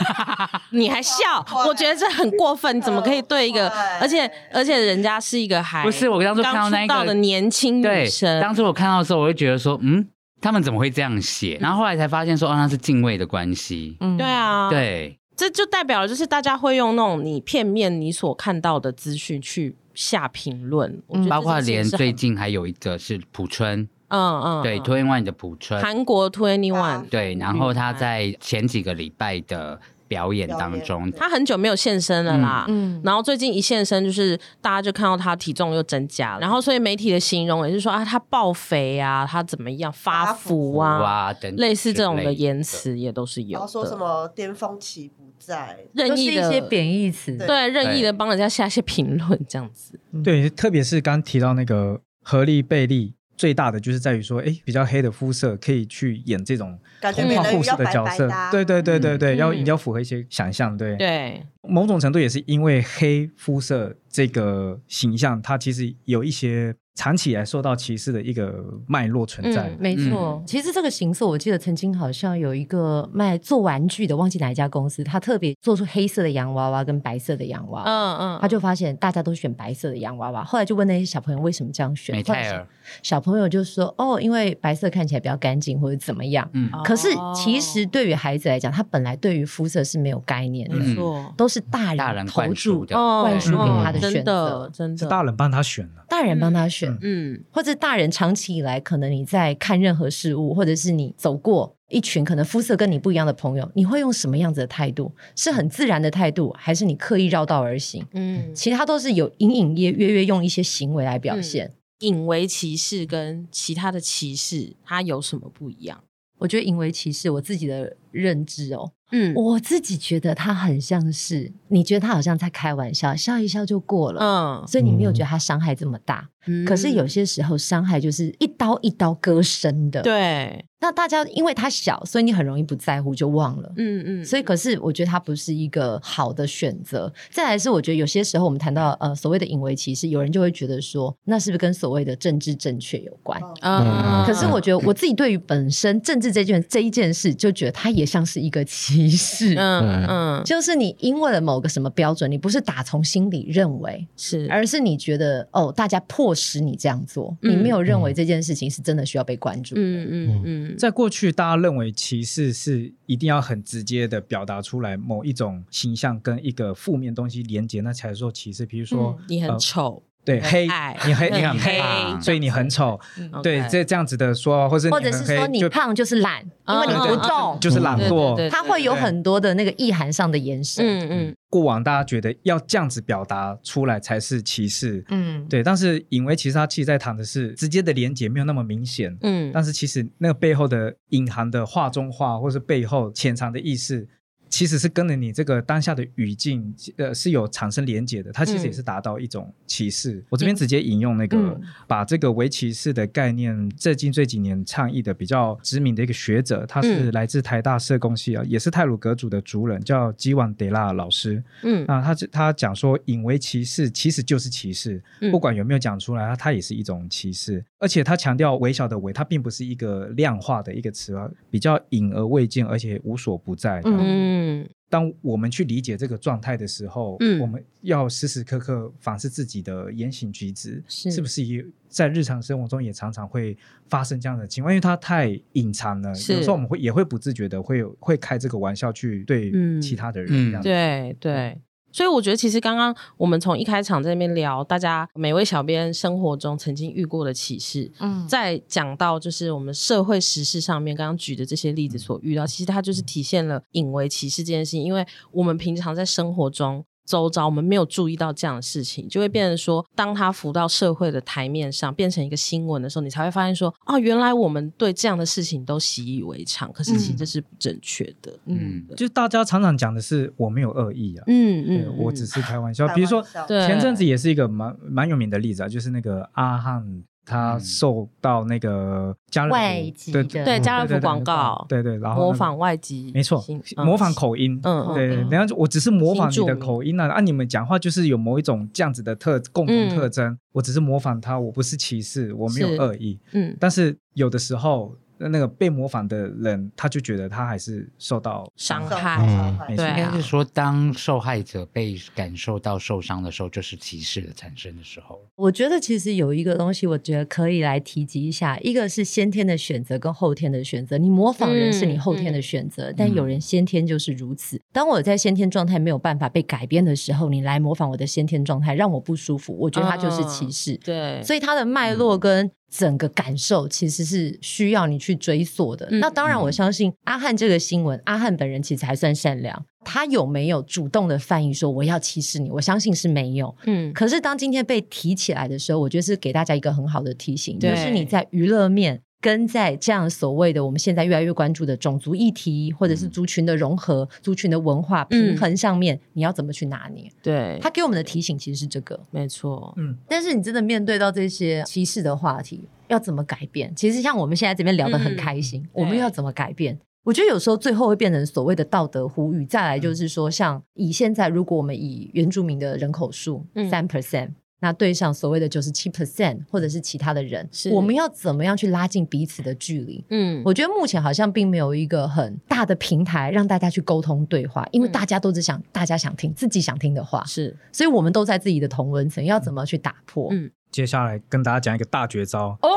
Speaker 2: 你还笑
Speaker 4: 好坏？
Speaker 2: 我觉得这很过分，你怎么可以对一个
Speaker 4: 好坏？
Speaker 2: 而且而且人家是一个还
Speaker 3: 不是我当初看到
Speaker 2: 刚
Speaker 3: 那
Speaker 2: 出
Speaker 3: 一个
Speaker 2: 道的年轻女
Speaker 3: 对，
Speaker 2: 生，
Speaker 3: 当初我看到的时候，我就觉得说，嗯，他们怎么会这样写？然后后来才发现说，哦，那是敬畏的关系。
Speaker 5: 嗯
Speaker 2: 对啊，。
Speaker 3: 对，
Speaker 2: 这就代表了，就是大家会用那种你片面你所看到的资讯去下评论，我觉得
Speaker 3: 包括
Speaker 2: 这件
Speaker 3: 连
Speaker 2: 事情是很
Speaker 3: 最近还有一个是朴春，
Speaker 2: 嗯嗯，
Speaker 3: 对
Speaker 2: 嗯
Speaker 3: t w i n One 的朴春，
Speaker 2: 韩国 Twenty One，
Speaker 4: 啊
Speaker 3: 呃对，然后
Speaker 2: 嗯
Speaker 3: 他在前几个礼拜的表演当中，
Speaker 2: 他很久没有现身了啦。
Speaker 5: 嗯，
Speaker 2: 然后最近一现身，就是大家就看到他体重又增加了，然后所以媒体的形容也是说啊，他爆肥啊，他怎么样发福啊，
Speaker 3: 哇等等
Speaker 2: 类似这种
Speaker 3: 之
Speaker 2: 的
Speaker 3: 类
Speaker 2: 言，辞也都是有
Speaker 4: 然
Speaker 2: 的。
Speaker 4: 后哦说什么巅峰期不在，
Speaker 5: 都
Speaker 2: 任
Speaker 5: 是
Speaker 2: 意
Speaker 5: 一
Speaker 2: 的
Speaker 5: 些贬义词。
Speaker 2: 对任意的帮人家下一些评论这样子。
Speaker 1: 对，特别是刚提到那个合力贝利。最大的就是在于说，哎，比较黑的肤色可以去演这种
Speaker 4: 感觉
Speaker 1: 童
Speaker 4: 美
Speaker 1: 话
Speaker 4: 人
Speaker 1: 故
Speaker 4: 鱼
Speaker 1: 事
Speaker 4: 要
Speaker 1: 的
Speaker 4: 白
Speaker 1: 角
Speaker 4: 白
Speaker 1: 色
Speaker 4: 的啊，
Speaker 1: 对对对对对，要
Speaker 2: 嗯
Speaker 1: 一定要符合一些想象，对
Speaker 2: 对，
Speaker 1: 某种程度也是因为黑肤色这个形象，它其实有一些长期以来受到歧视的一个脉络存在。
Speaker 2: 嗯
Speaker 5: 没错，其实这个形色，我记得曾经好像有一个卖做玩具的，忘记哪一家公司，他特别做出黑色的洋娃娃跟白色的洋娃娃，
Speaker 2: 嗯嗯，
Speaker 5: 他就发现大家都选白色的洋娃娃，后来就问那些小朋友为什么这样选，
Speaker 3: 美
Speaker 5: 后来
Speaker 3: 泰
Speaker 5: 小
Speaker 3: 尔，
Speaker 5: 小朋友就说哦，因为白色看起来比较干净或者怎么样。
Speaker 3: 嗯，
Speaker 2: 哦
Speaker 5: 可是其实对于孩子来讲，他本来对于肤色是没有概念的，
Speaker 3: 嗯
Speaker 2: 没错，
Speaker 5: 都是大人
Speaker 3: 大人
Speaker 5: 投
Speaker 3: 灌
Speaker 5: 注
Speaker 3: 输的，
Speaker 2: 哦
Speaker 5: 灌输
Speaker 1: 给他
Speaker 5: 的
Speaker 2: 真
Speaker 5: 选
Speaker 2: 的
Speaker 5: 择
Speaker 2: 真
Speaker 1: 是
Speaker 2: 的，
Speaker 1: 大人帮他选的，
Speaker 5: 大人帮他选。
Speaker 1: 嗯
Speaker 2: 嗯，
Speaker 5: 或者大人长期以来，可能你在看任何事物，或者是你走过一群可能肤色跟你不一样的朋友，你会用什么样子的态度？是很自然的态度，还是你刻意绕道而行？
Speaker 2: 嗯，
Speaker 5: 其他都是有隐隐约约用一些行为来
Speaker 3: 嗯
Speaker 5: 表现。
Speaker 2: 隐为歧视跟其他的歧视，它有什么不一样？
Speaker 5: 我觉得“引为歧视”，我自己的认知哦。
Speaker 2: 嗯
Speaker 5: 我自己觉得他很像是，你觉得他好像在开玩笑，笑一笑就过了，
Speaker 2: 嗯
Speaker 5: 所以你没有觉得他伤害这么大。可是有些时候伤害就是一刀一刀割深的。，
Speaker 2: 对，
Speaker 5: 那大家因为他小，所以你很容易不在乎就忘了。
Speaker 2: 嗯嗯，
Speaker 5: 所以，可是我觉得它不是一个好的选择。再来是，我觉得有些时候我们谈到呃所谓的引为歧视，有人就会觉得说，那是不是跟所谓的政治正确有关？
Speaker 4: 哦
Speaker 2: 嗯
Speaker 5: 可是我觉得我自己对于本身政治这件这一件事，就觉得它也像是一个歧视。
Speaker 2: 嗯嗯
Speaker 5: 就是你因为了某个什么标准，你不是打从心里认为，
Speaker 2: 是，
Speaker 5: 而是你觉得哦，大家迫使你这样做，
Speaker 2: 嗯
Speaker 5: 你没有认为这件事情是真的需要被关注。
Speaker 2: 嗯嗯嗯，
Speaker 1: 在过去，大家认为歧视是一定要很直接的表达出来某一种形象跟一个负面东西连接，那才说歧视。比如说，
Speaker 2: 你很
Speaker 1: 呃
Speaker 2: 丑，
Speaker 1: 对
Speaker 2: 你很
Speaker 1: 黑
Speaker 2: 矮，
Speaker 1: 你黑，
Speaker 2: 你
Speaker 1: 你
Speaker 2: 很
Speaker 1: 黑
Speaker 3: 胖，
Speaker 1: 所以你很丑。
Speaker 2: 嗯
Speaker 1: 对，
Speaker 2: OK
Speaker 1: 这这样子的说法，或者
Speaker 5: 或者是
Speaker 1: 很黑
Speaker 5: 说你
Speaker 1: 就
Speaker 5: 胖就是懒，因为你
Speaker 2: 嗯
Speaker 1: 对
Speaker 5: 不
Speaker 1: 对
Speaker 5: 动，
Speaker 1: 就是懒
Speaker 2: 对
Speaker 1: 惰。
Speaker 2: 对对
Speaker 5: 它会有
Speaker 1: 对
Speaker 5: 很多的那个意涵上的延伸。
Speaker 2: 嗯嗯
Speaker 1: 过往大家觉得要这样子表达出来才是歧视，
Speaker 5: 嗯，
Speaker 1: 对。但是引为歧视，他其实在谈的是直接的连接没有那么明显，
Speaker 2: 嗯，
Speaker 1: 但是其实那个背后的隐含的话中话，或是背后潜藏的意思，其实是跟着你这个当下的语境，呃，是有产生连结的。它其实也是达到一种歧视。我这边直接引用那个，
Speaker 5: 嗯
Speaker 1: 把这个围歧视的概念，最近这几年倡议的比较知名的一个学者，他是
Speaker 2: 嗯
Speaker 1: 来自台大社工系啊，也是泰鲁格族的族人，叫基万德拉老师。
Speaker 2: 嗯
Speaker 1: 那他这他讲说，引为歧视其实就是歧视，
Speaker 2: 嗯
Speaker 1: 不管有没有讲出来，它它也是一种歧视。而且他强调微小的微，它并不是一个量化的一个词啊，比较隐而未见，而且无所不在。
Speaker 5: 嗯
Speaker 1: 嗯，
Speaker 2: 嗯
Speaker 1: 当我们去理解这个状态的时候，
Speaker 2: 嗯
Speaker 1: 我们要时时刻刻反思自己的言行举止，
Speaker 5: 是
Speaker 1: 不是也在日常生活中也常常会发生这样的情况？因为它太隐藏了，
Speaker 2: 是
Speaker 1: 有时候我们会也会不自觉的会有会开这个玩笑去对
Speaker 2: 嗯
Speaker 1: 其他的人
Speaker 3: 嗯
Speaker 1: 这样子。
Speaker 2: 对
Speaker 1: 嗯
Speaker 2: 对。所以我觉得，其实刚刚我们从一开场在那边聊，大家每位小编生活中曾经遇过的歧视，
Speaker 5: 嗯
Speaker 2: 再讲到就是我们社会时事上面刚刚举的这些
Speaker 1: 嗯
Speaker 2: 例子所遇到，其实它就是体现了隐为歧视这件事情，因为我们平常在生活中。周遭我们没有注意到这样的事情，就会变成说，当它浮到社会的台面上，变成一个新闻的时候，你才会发现说，啊，原来我们对这样的事情都习以为常，可是其实
Speaker 1: 嗯
Speaker 2: 这是不正确的。
Speaker 5: 嗯
Speaker 3: 嗯
Speaker 1: 就大家常常讲的是我没有恶意啊，
Speaker 2: 嗯
Speaker 1: 对我只是开玩笑。
Speaker 4: 开
Speaker 1: 比如说
Speaker 4: 玩笑
Speaker 2: 对
Speaker 1: 前阵子也是一个蛮蛮有名的例子啊，就是那个阿汉他受到那个家乐
Speaker 5: 外
Speaker 1: 福
Speaker 5: 籍
Speaker 1: 对
Speaker 5: 的
Speaker 1: 对
Speaker 2: 对
Speaker 6: 嗯
Speaker 2: 家乐
Speaker 1: 对
Speaker 2: 福
Speaker 1: 对
Speaker 2: 广告，
Speaker 1: 对对，然后那个
Speaker 2: 模仿外籍，
Speaker 1: 没错
Speaker 2: 新，
Speaker 1: 模仿，口音，
Speaker 2: 嗯嗯
Speaker 1: 对对
Speaker 5: 嗯
Speaker 1: 对，然后我只是模仿你
Speaker 2: 新住
Speaker 1: 的
Speaker 2: 民
Speaker 1: 口音啊，啊，你们讲话就是有某一种这样子的特共同特征，我只是模仿他，我不是歧视，我没有
Speaker 2: 嗯是
Speaker 1: 恶意，
Speaker 2: 嗯，
Speaker 1: 但是有的时候那个被模仿的人，他就觉得他还是受到
Speaker 2: 伤
Speaker 4: 伤
Speaker 2: 害，
Speaker 4: 害伤
Speaker 6: 嗯
Speaker 4: 害
Speaker 1: 没
Speaker 2: 对
Speaker 1: 错
Speaker 3: 应该
Speaker 2: 啊
Speaker 3: 是说，当受害者被感受到受伤的时候，就是歧视的产生的时候。
Speaker 5: 我觉得其实有一个东西，我觉得可以来提及一下，一个是先天的选择跟后天的选择。你模仿人是你后天的选择，但有
Speaker 2: 嗯
Speaker 5: 人先天就是如此。当我在先天状态没有办法被改变的时候，你来模仿我的先天状态，让我不舒服，我觉得它就是歧视。
Speaker 2: 对，嗯
Speaker 5: 所以它的脉络跟整个感受其实是需要你去追溯的。
Speaker 2: 嗯
Speaker 5: 那当然，我相信阿汉这个新闻，阿汉本人其实还算善良。他有没有主动的翻译说我要歧视你？我相信是没有。
Speaker 2: 嗯，
Speaker 5: 可是当今天被提起来的时候，我觉得是给大家一个很好的提醒，
Speaker 2: 对
Speaker 5: 就是你在娱乐面。跟在这样所谓的我们现在越来越关注的种族议题，或者是族群的融合、族群的文化平衡上面，你要怎么去拿捏？
Speaker 2: 对，
Speaker 5: 他给我们的提醒其实是这个。
Speaker 2: 没错，
Speaker 1: 嗯，
Speaker 5: 但是你真的面对到这些歧视的话题，要怎么改变？其实像我们现在这边聊得很开心，我们
Speaker 2: 嗯对
Speaker 5: 又要怎么改变？我觉得有时候最后会变成所谓的道德呼吁。再来就是说，像以现在如果我们以原住民的人口数
Speaker 2: 嗯
Speaker 5: 三 percent。那对上所谓的九十七 percent 或者是其他的人
Speaker 2: 是，
Speaker 5: 我们要怎么样去拉近彼此的距离？
Speaker 2: 嗯，
Speaker 5: 我觉得目前好像并没有一个很大的平台让大家去沟通对话，因为
Speaker 2: 嗯
Speaker 5: 大家都只想大家想听自己想听的话，
Speaker 2: 是，
Speaker 5: 所以我们都在自己的同温层，要怎么去打破？
Speaker 2: 嗯
Speaker 1: 接下来跟大家讲一个大绝招
Speaker 5: 哦，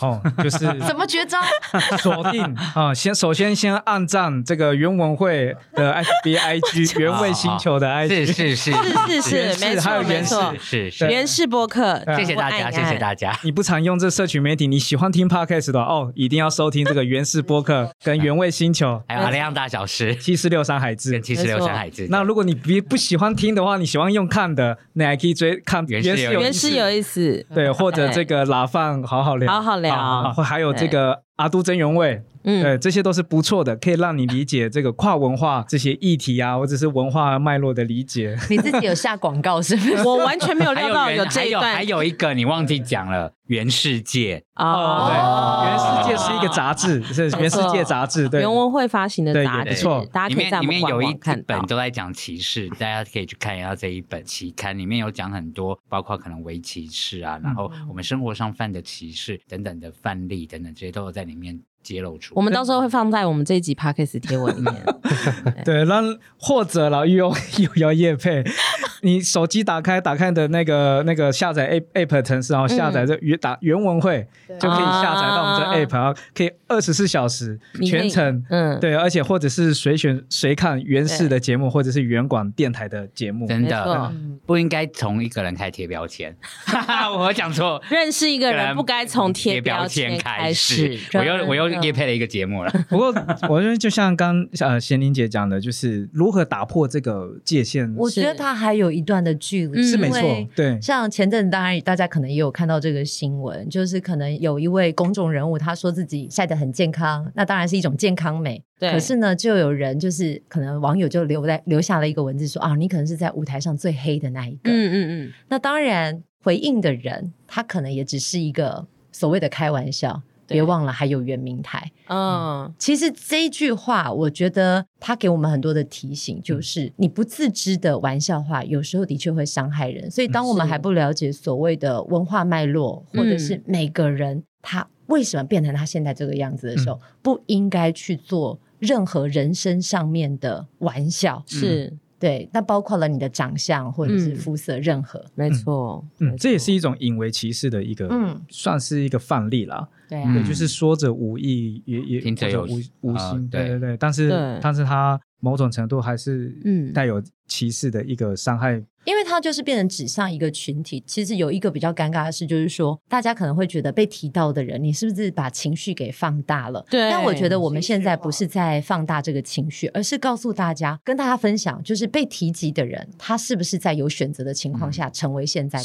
Speaker 1: [laughs] 哦，就是
Speaker 5: 怎么绝招？
Speaker 1: 锁定啊、先首先先按赞这个原文会的 FB IG 原味星球的 IG，
Speaker 3: 是是是
Speaker 2: 是是
Speaker 1: 原
Speaker 2: 是，
Speaker 1: 始
Speaker 2: 没
Speaker 1: 还
Speaker 2: 错
Speaker 1: 有
Speaker 2: 没
Speaker 1: 原始
Speaker 2: 错，
Speaker 3: 是是，
Speaker 2: 原氏博客，
Speaker 1: 啊
Speaker 3: 谢谢大家，谢谢
Speaker 2: 家，
Speaker 3: 大家。
Speaker 1: 你不常用这社群媒体，你喜欢听 podcast 的哦，一定要收听这个原氏播客跟原味星球
Speaker 3: [laughs] 还有阿亮大
Speaker 2: [laughs]
Speaker 3: 小时
Speaker 1: 七四六三海志
Speaker 3: 跟。七十六山海志，
Speaker 1: 那如果你不不喜欢听的话，你喜欢用看的，那还可以追看
Speaker 3: 原始有
Speaker 1: 始
Speaker 3: 意
Speaker 1: 有
Speaker 2: 哎原
Speaker 1: 意
Speaker 2: 氏
Speaker 1: 思
Speaker 2: 有意思，
Speaker 1: 对，或者这个拉饭好好聊，
Speaker 2: 好好聊
Speaker 1: 或还有这个阿都真原味，
Speaker 2: 嗯，
Speaker 1: 对，这些都是不错的，可以让你理解这个跨文化这些议题啊，或者是文化脉络的理解。
Speaker 5: [laughs] 你自己有下广告是不是？
Speaker 2: 我完全没有
Speaker 3: [laughs] 还
Speaker 2: 料
Speaker 3: 有
Speaker 2: 到
Speaker 3: 原
Speaker 2: 有这
Speaker 3: 还
Speaker 2: 一
Speaker 3: 有还
Speaker 2: 段
Speaker 3: 有一个你忘记讲了，原世界
Speaker 1: 哦，对，
Speaker 2: 哦，
Speaker 1: 《原世界》是一个杂志，是《原世界》杂志，对，
Speaker 2: 原文会发行的
Speaker 1: 对
Speaker 2: 杂
Speaker 1: 也不
Speaker 2: 志
Speaker 1: 错，
Speaker 2: 大家
Speaker 3: 里
Speaker 2: 可以
Speaker 3: 面
Speaker 2: 在我
Speaker 3: 里
Speaker 2: 们
Speaker 3: 面
Speaker 2: 官
Speaker 3: 有一
Speaker 2: 网看
Speaker 3: 本
Speaker 2: 到。
Speaker 3: 都在讲歧视，大家可以去看一下这一本期刊，里面有讲很多，包括可能围棋士啊，然后
Speaker 2: 嗯
Speaker 3: 我们生活上犯的歧视等等的范例等等，这些都有在里面揭露出。
Speaker 2: 我们到时候会放在我们这一集 podcast 贴文里面。
Speaker 1: [laughs] 对，让或者了，又又要夜配， [laughs] 你手机打开打开的那个那个下载 app app 的程式，然后下载这原打原文会，
Speaker 4: 对
Speaker 1: 就可以下载到我们
Speaker 2: 嗯啊
Speaker 1: 这 app，然后可以二十四小时
Speaker 2: 你可以
Speaker 1: 全程。
Speaker 2: 嗯，
Speaker 1: 对，而且或者是随选随看原视的节目，或者是原广电台的节目，
Speaker 3: 真
Speaker 2: 没错
Speaker 3: 的
Speaker 5: 嗯
Speaker 3: 不应该从一个人开始贴标签， [laughs] 哈哈，我讲错。
Speaker 2: 认识一个人不该从贴
Speaker 3: 标
Speaker 2: 签
Speaker 3: 开
Speaker 2: 始。嗯
Speaker 3: 我又我又
Speaker 2: 真的
Speaker 3: 也配了一个节目了。
Speaker 1: 不过，我觉得就像刚呃贤玲姐讲的，就是如何打破这个界限，
Speaker 5: 我觉得它还有一段的距离，
Speaker 2: 是
Speaker 1: 是没错
Speaker 5: 因为，
Speaker 1: 对，
Speaker 5: 像前阵子，当然大家可能也有看到这个新闻，就是可能有一位公众人物，他说自己晒得很健康，那当然是一种健康美。
Speaker 2: 对
Speaker 5: 可是呢，就有人就是可能网友就留在留下了一个文字说啊，你可能是在舞台上最黑的那一个。
Speaker 2: 嗯嗯嗯，
Speaker 5: 那当然，回应的人他可能也只是一个所谓的开玩笑。
Speaker 2: 对
Speaker 5: 别忘了还有圆明台。
Speaker 2: 嗯，
Speaker 5: 其实这一句话，我觉得它给我们很多的提
Speaker 2: 嗯
Speaker 5: 醒，就是你不自知的玩笑话，有时候的确会伤害人。所以，当我们
Speaker 2: 是
Speaker 5: 还不了解所谓的文化脉络，
Speaker 2: 嗯
Speaker 5: 或者是每个人他为什么变成他现在这个样子的时候，
Speaker 2: 嗯
Speaker 5: 不应该去做任何人生上面的玩笑。
Speaker 2: 是
Speaker 5: 对，那包括了你的长相或者是
Speaker 2: 嗯
Speaker 5: 肤色，任何。
Speaker 2: 没错，
Speaker 1: 嗯
Speaker 2: 没，错
Speaker 1: 这也是一种引为歧视的一个，
Speaker 5: 嗯
Speaker 1: 算是一个范例啦。
Speaker 5: 对
Speaker 3: 嗯
Speaker 1: 对，啊就是说者无意，也也
Speaker 3: 听者
Speaker 1: 或
Speaker 3: 有
Speaker 1: 者
Speaker 3: 心
Speaker 1: 无无
Speaker 3: 啊
Speaker 1: 心，对对
Speaker 3: 对
Speaker 1: 对。但是
Speaker 2: 对
Speaker 1: 但是它某种程度还是
Speaker 2: 嗯
Speaker 1: 带有歧视的一个伤害。
Speaker 5: 因为它就是变成指向一个群体。其实有一个比较尴尬的事，就是说大家可能会觉得被提到的人，你是不是把情绪给放大了？
Speaker 2: 对
Speaker 5: 但我觉得我们现在不是在放大这个情绪，而是告诉大家，跟大家分享，就是被提及的人，他是不是在有选择的情况下成为现在的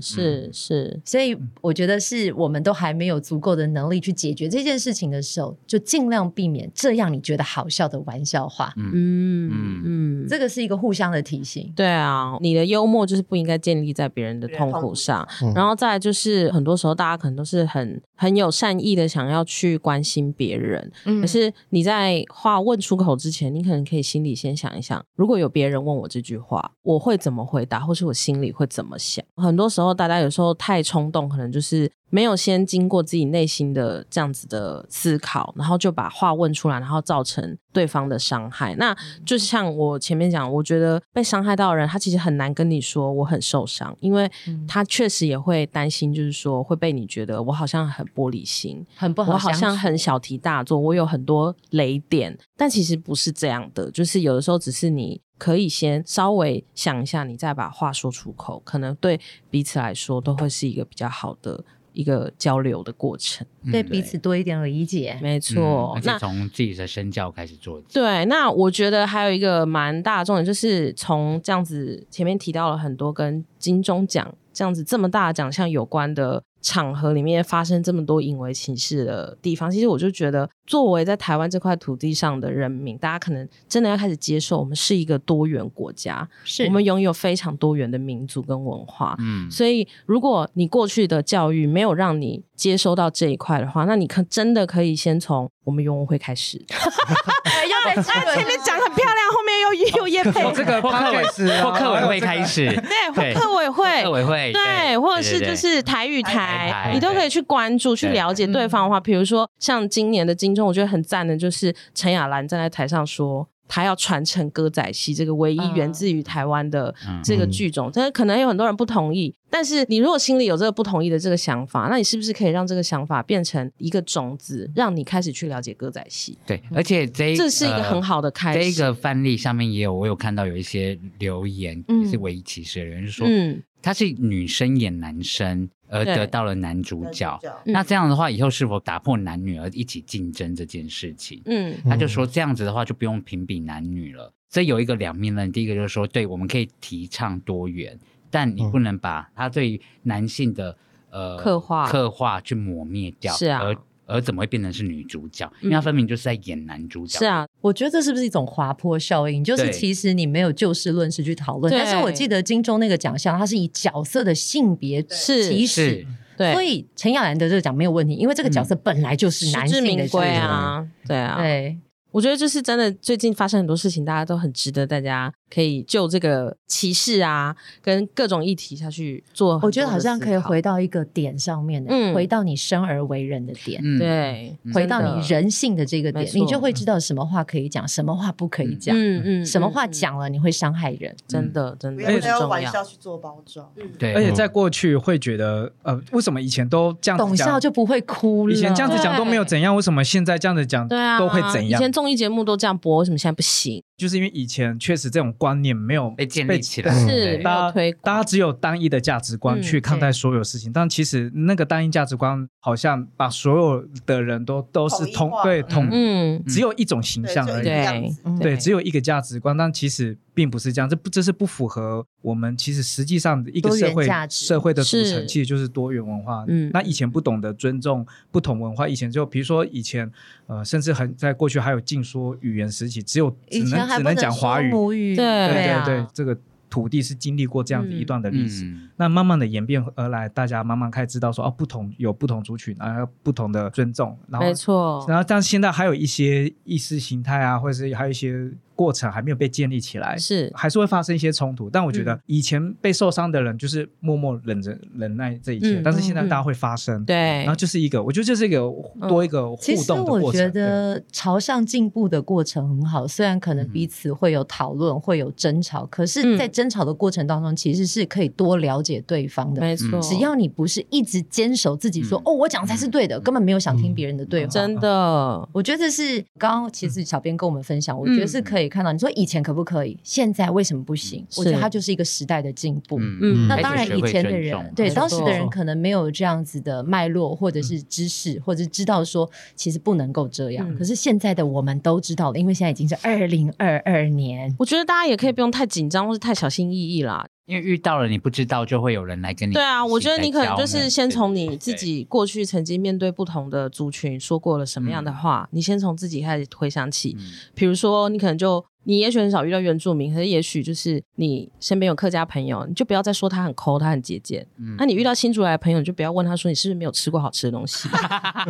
Speaker 2: 是是是，
Speaker 5: 所以我觉得是我们都还没有足够的能力去解决这件事情的时候，就尽量避免这样你觉得好笑的玩笑话。
Speaker 2: 嗯嗯。
Speaker 5: 这个是一个互相的提醒。
Speaker 2: 对啊，你的幽默就是不应该建立在别人的痛苦上，
Speaker 6: 嗯
Speaker 2: 然后再来就是很多时候大家可能都是很很有善意的想要去关心别人，
Speaker 5: 嗯
Speaker 2: 可是你在话问出口之前，你可能可以心里先想一想，如果有别人问我这句话，我会怎么回答，或是我心里会怎么想。很多时候，大家有时候太冲动，可能就是没有先经过自己内心的这样子的思考，然后就把话问出来，然后造成对方的伤害。那就像我前面讲，我觉得被伤害到的人，他其实很难跟你说我很受伤，因为他确实也会担心，就是说会被你觉得我好像很玻璃心，
Speaker 5: 很不好，
Speaker 2: 我好像很小题大做，我有很多雷点，但其实不是这样的，就是有的时候只是你可以先稍微想一下，你再把话说出口，可能对彼此来说都会是一个比较好的一个交流的过程。
Speaker 5: 对
Speaker 3: 嗯
Speaker 5: 彼此多一点理解。
Speaker 2: 没错，
Speaker 3: 嗯而且
Speaker 2: 那
Speaker 3: 从自己的身教开始做起。
Speaker 2: 对，那我觉得还有一个蛮大的重点，就是从这样子前面提到了很多跟金钟奖这样子这么大的奖项有关的场合里面发生这么多引为歧视的地方，其实我就觉得，作为在台湾这块土地上的人民，大家可能真的要开始接受，我们是一个多元国家，
Speaker 5: 是
Speaker 2: 我们拥有非常多元的民族跟文化。
Speaker 3: 嗯，
Speaker 2: 所以，如果你过去的教育没有让你接收到这一块的话，那你可真的可以先从我们拥文会开始。 [laughs]
Speaker 5: 要在前
Speaker 2: 哎前面讲很漂亮，后面
Speaker 3: 哦
Speaker 2: 又又叶配，
Speaker 1: 这个
Speaker 3: 或课委
Speaker 1: podcast 啊
Speaker 3: 或
Speaker 2: 哦
Speaker 3: 课委会开始，
Speaker 2: 对，
Speaker 3: 对
Speaker 2: 或客委
Speaker 3: 课
Speaker 2: 会。
Speaker 3: 委会
Speaker 2: 对，或者是
Speaker 3: 对
Speaker 2: 就
Speaker 3: 对
Speaker 2: 是台语
Speaker 3: 台
Speaker 2: 台
Speaker 3: 台，
Speaker 2: 你都可以去关注、去
Speaker 3: 对
Speaker 2: 了解对方的话。比如说，像今年的金钟，我觉得很赞的，就是陈雅兰站在台上说，她要传承歌仔戏这个唯一
Speaker 5: 嗯
Speaker 2: 源自于台湾的
Speaker 3: 嗯
Speaker 2: 这个剧种。但是可能有很多人不同意，但是你如果心里有这个不同意的这个想法，那你是不是可以让这个想法变成一个种子，让你开始去了解歌仔戏？
Speaker 3: 对，而且这一
Speaker 2: 这是一个
Speaker 3: 呃
Speaker 2: 很好的开始。
Speaker 3: 这一个范例下面也有，我有看到有一些留言，
Speaker 5: 嗯
Speaker 3: 也是唯一歧视的留言，就是说
Speaker 2: 嗯，
Speaker 3: 他是女生演男生而
Speaker 2: 对
Speaker 3: 得到了男主
Speaker 4: 男主
Speaker 3: 角，
Speaker 4: 角
Speaker 2: 嗯
Speaker 3: 那这样的话以后是否打破男女而一起竞争这件事情？
Speaker 2: 嗯
Speaker 3: 他就说这样子的话就不用评比男女了。这有一个两面刃，第一个就是说，对，我们可以提倡多元，但你不能把他对于男性的呃
Speaker 2: 刻画
Speaker 3: 刻画去抹灭掉，
Speaker 2: 是啊嗯
Speaker 3: 而而怎么会变成是女主角？因为她分明就是在演男主角。
Speaker 2: 是，啊，
Speaker 5: 我觉得这是不是一种滑坡效应？就是
Speaker 3: 对
Speaker 5: 其实你没有就事论事去讨论，
Speaker 2: 对
Speaker 5: 但是我记得金钟那个奖项，它是以角色的性别
Speaker 2: 是嗯
Speaker 5: 歧
Speaker 3: 是
Speaker 5: 视，
Speaker 2: 对，
Speaker 5: 所以陈亚兰得这个奖没有问题，因为这个角色本来就是
Speaker 2: 实
Speaker 5: 男
Speaker 2: 至
Speaker 5: 性的
Speaker 2: 名
Speaker 5: 角色
Speaker 2: 归。啊，对啊，
Speaker 5: 对，
Speaker 2: 我觉得就是真的，最近发生很多事情，大家都很值得大家可以就这个歧视啊，跟各种议题下去做很多
Speaker 5: 我
Speaker 2: 的思
Speaker 5: 觉
Speaker 2: 考。
Speaker 5: 得好像可以回到一个点上面的，
Speaker 2: 嗯
Speaker 5: 回到你生而为人的点。
Speaker 3: 嗯，
Speaker 2: 对，
Speaker 3: 嗯
Speaker 5: 回到
Speaker 2: 真的
Speaker 5: 你人性的这个点
Speaker 2: 没，错
Speaker 5: 你就会知道什么话可以讲，什么话不可以讲，
Speaker 2: 嗯嗯，
Speaker 5: 什么话
Speaker 2: 嗯，
Speaker 5: 讲了你会伤害人。
Speaker 2: 嗯真的真
Speaker 4: 不
Speaker 2: 的
Speaker 1: 哎
Speaker 4: 要
Speaker 2: 很
Speaker 4: 再用
Speaker 2: 重
Speaker 4: 玩笑
Speaker 2: 要。
Speaker 4: 去做包装。
Speaker 3: 嗯对，
Speaker 1: 而且在过去会觉得，呃，为什么以前都这样
Speaker 5: 董
Speaker 1: 子
Speaker 5: 笑
Speaker 1: 讲？
Speaker 5: 就不会哭了。
Speaker 1: 以前这样子讲都没有怎样，为什么现在这样子讲
Speaker 2: 对啊，
Speaker 1: 都会怎样
Speaker 2: 以前？综艺节目都这样播，为什么现在不行？
Speaker 1: 就是因为以前确实这种观念没有
Speaker 3: 被建立起来
Speaker 1: 被
Speaker 2: 是
Speaker 3: 对
Speaker 2: 没
Speaker 1: 大
Speaker 2: 有
Speaker 1: 家
Speaker 2: 推广
Speaker 1: 大家只有单一的价值观
Speaker 2: 嗯
Speaker 1: 去看待
Speaker 5: 对
Speaker 1: 所有事情，但其实那个单一价值观好像把所有的人都都是
Speaker 4: 统
Speaker 1: 同
Speaker 4: 一化
Speaker 1: 对
Speaker 4: 嗯
Speaker 1: 同、
Speaker 2: 嗯，
Speaker 1: 只有一种形
Speaker 4: 对
Speaker 1: 象
Speaker 4: 就
Speaker 1: 而
Speaker 4: 一
Speaker 1: 已
Speaker 4: 个。样
Speaker 2: 对
Speaker 4: 子
Speaker 5: 嗯
Speaker 1: 对，只有一个价值观，但其实并不是这样，这不这是不符合我们其实实际上一个
Speaker 5: 多元
Speaker 1: 社会
Speaker 5: 价值
Speaker 1: 社会的组
Speaker 2: 是
Speaker 1: 成，其实就是多元文化。
Speaker 2: 嗯
Speaker 1: 那以前不懂得尊重不同文化，以前就比如说以前呃，甚至很在过去还有禁说语言时期，只有只
Speaker 5: 以前
Speaker 1: 能
Speaker 5: 还
Speaker 1: 只
Speaker 5: 不能
Speaker 1: 讲华语
Speaker 5: 说。母语，
Speaker 2: 对
Speaker 1: 对
Speaker 2: 对
Speaker 1: 对
Speaker 5: 啊
Speaker 1: 对，这个土地是经历过这样子一段的历史。
Speaker 3: 嗯
Speaker 1: 那慢慢的演变而来，大家慢慢开始知道说，哦，不同有不同族群，然后不同的尊重，然后
Speaker 2: 没错，
Speaker 1: 然后，但现在还有一些意识形态啊，或者是还有一些过程还没有被建立起来，
Speaker 2: 是
Speaker 1: 还是会发生一些冲突。但我觉
Speaker 2: 嗯
Speaker 1: 得以前被受伤的人就是默默忍着忍耐这一切，
Speaker 2: 嗯
Speaker 1: 但是现在
Speaker 2: 嗯
Speaker 1: 大家会发生，
Speaker 2: 对嗯
Speaker 1: 然后，就是一个，我觉得这是一个多一个
Speaker 5: 其
Speaker 1: 互
Speaker 5: 实
Speaker 1: 动的
Speaker 5: 我
Speaker 1: 过程。
Speaker 5: 觉得朝向进步的过程很好，虽然可
Speaker 1: 嗯
Speaker 5: 能彼此会有讨论、会有争吵，可
Speaker 2: 嗯
Speaker 5: 是，在争吵的过程当中，其实是可以多了解对方的。
Speaker 2: 没错，
Speaker 3: 嗯
Speaker 5: 只要你不是一直坚守自己说
Speaker 3: 嗯
Speaker 5: “哦，我讲才是
Speaker 1: 嗯
Speaker 5: 对的”，根本没有想听别人的对话。
Speaker 2: 真的，
Speaker 5: 我觉得这是刚刚
Speaker 1: 嗯
Speaker 5: 其实小编跟我们分享，我觉得是可以看到，你说以前可不可以，现在为什么不
Speaker 1: 嗯
Speaker 5: 行？
Speaker 2: 是
Speaker 5: 我觉得它就是一个时代的进步。
Speaker 2: 嗯
Speaker 5: 那
Speaker 3: 开
Speaker 5: 当
Speaker 3: 始
Speaker 5: 然，
Speaker 3: 学
Speaker 5: 以
Speaker 3: 会
Speaker 5: 前的
Speaker 3: 尊
Speaker 5: 人
Speaker 3: 重
Speaker 5: 对
Speaker 2: 没
Speaker 5: 当时
Speaker 2: 错
Speaker 5: 的人可能没有这样子的脉络，或者是知识，或者知道说其实不能够这样。
Speaker 2: 嗯
Speaker 5: 可是现在的我们都知道了，因为现在已经是二零二二年。
Speaker 2: 我觉得大家也可以不用太紧张或是太小心翼翼啦。
Speaker 3: 因为遇到了你不知道，就会有人来跟你。
Speaker 2: 对啊，我觉得你可能就
Speaker 3: 来教
Speaker 2: 是
Speaker 3: 你
Speaker 2: 先从你自己过去曾经面对不同的族群说过了什么样的话，你先从自己开始回想起。
Speaker 3: 嗯
Speaker 2: 比如说，你可能就你也许很少遇到原住民，可是也许就是你身边有客家朋友，你就不要再说他很抠，他很节俭。那、
Speaker 3: 嗯
Speaker 2: 你遇到新竹来的朋友，你就不要问他说你是不是没有吃过好吃的东
Speaker 3: [laughs]
Speaker 2: 西，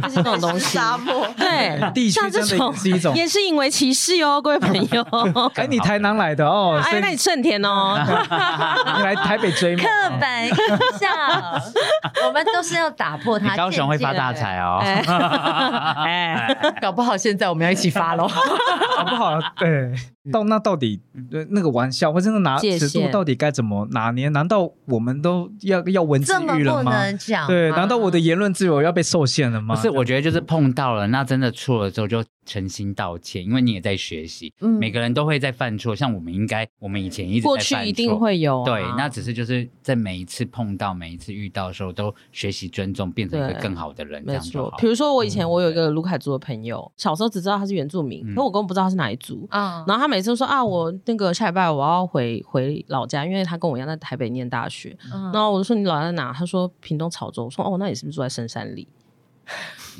Speaker 2: 就是这种东西。
Speaker 4: [laughs] 沙漠
Speaker 2: 对，
Speaker 1: 地区
Speaker 2: 像这
Speaker 1: 真的
Speaker 2: 种
Speaker 1: 是一种，
Speaker 2: 也是引为歧视哦，各位朋
Speaker 3: [laughs]
Speaker 2: 友。[laughs]
Speaker 3: 哦
Speaker 1: 哎，你台南来的哦，所
Speaker 2: 哎，
Speaker 1: 以
Speaker 2: 那你趁甜哦。
Speaker 3: [laughs]
Speaker 1: 你来台北
Speaker 2: [laughs]
Speaker 1: 追梦
Speaker 5: [laughs] 刻
Speaker 1: 哦，
Speaker 5: 板印 [laughs] 象，我们都是要打破它。
Speaker 3: 你高雄会发大
Speaker 5: 渐
Speaker 3: 财哦。
Speaker 2: 哎 [laughs] 哎，
Speaker 5: 渐地，搞不好现在我们要一起发喽。
Speaker 1: 搞不好对，
Speaker 3: 嗯
Speaker 1: 到那到底呃那个玩笑或者那个拿
Speaker 2: 界
Speaker 1: 尺度
Speaker 2: 限
Speaker 1: 到底该怎么拿捏？难道我们都要要文字
Speaker 5: [laughs] 这么
Speaker 1: 狱
Speaker 5: 不
Speaker 1: 了吗？
Speaker 5: 能讲，
Speaker 1: 对，难道我的？言论自由要被受限了吗？
Speaker 3: 不是，我觉得
Speaker 2: 嗯
Speaker 3: 就是碰到了，那真的错了之后就诚心道歉，因为你也在学习，
Speaker 5: 嗯
Speaker 3: 每个人都会在犯错，像我们应该，我们以前一直在
Speaker 2: 过
Speaker 3: 犯
Speaker 2: 去
Speaker 3: 错
Speaker 2: 一定。会有啊、
Speaker 3: 对，那只是就是在每一次碰到、每一次遇到的时候，都学习尊重，变成一个
Speaker 2: 对
Speaker 3: 更好的人，这
Speaker 2: 没
Speaker 3: 样就
Speaker 2: 错
Speaker 3: 好。。
Speaker 2: 比如说我以
Speaker 5: 嗯
Speaker 2: 前我有一个卢凯族的朋友，小时候只知道他是原住民，
Speaker 3: 嗯
Speaker 2: 可我根本不知道他是哪一族。
Speaker 5: 啊，
Speaker 2: 然后他每次都说啊，我那个下礼拜我要回回老家，因为他跟我一样在台北念大学。
Speaker 5: 嗯
Speaker 2: 然后我就说你老家在哪？他说屏东潮州。我说哦，那你是不是住在深山里？ [laughs]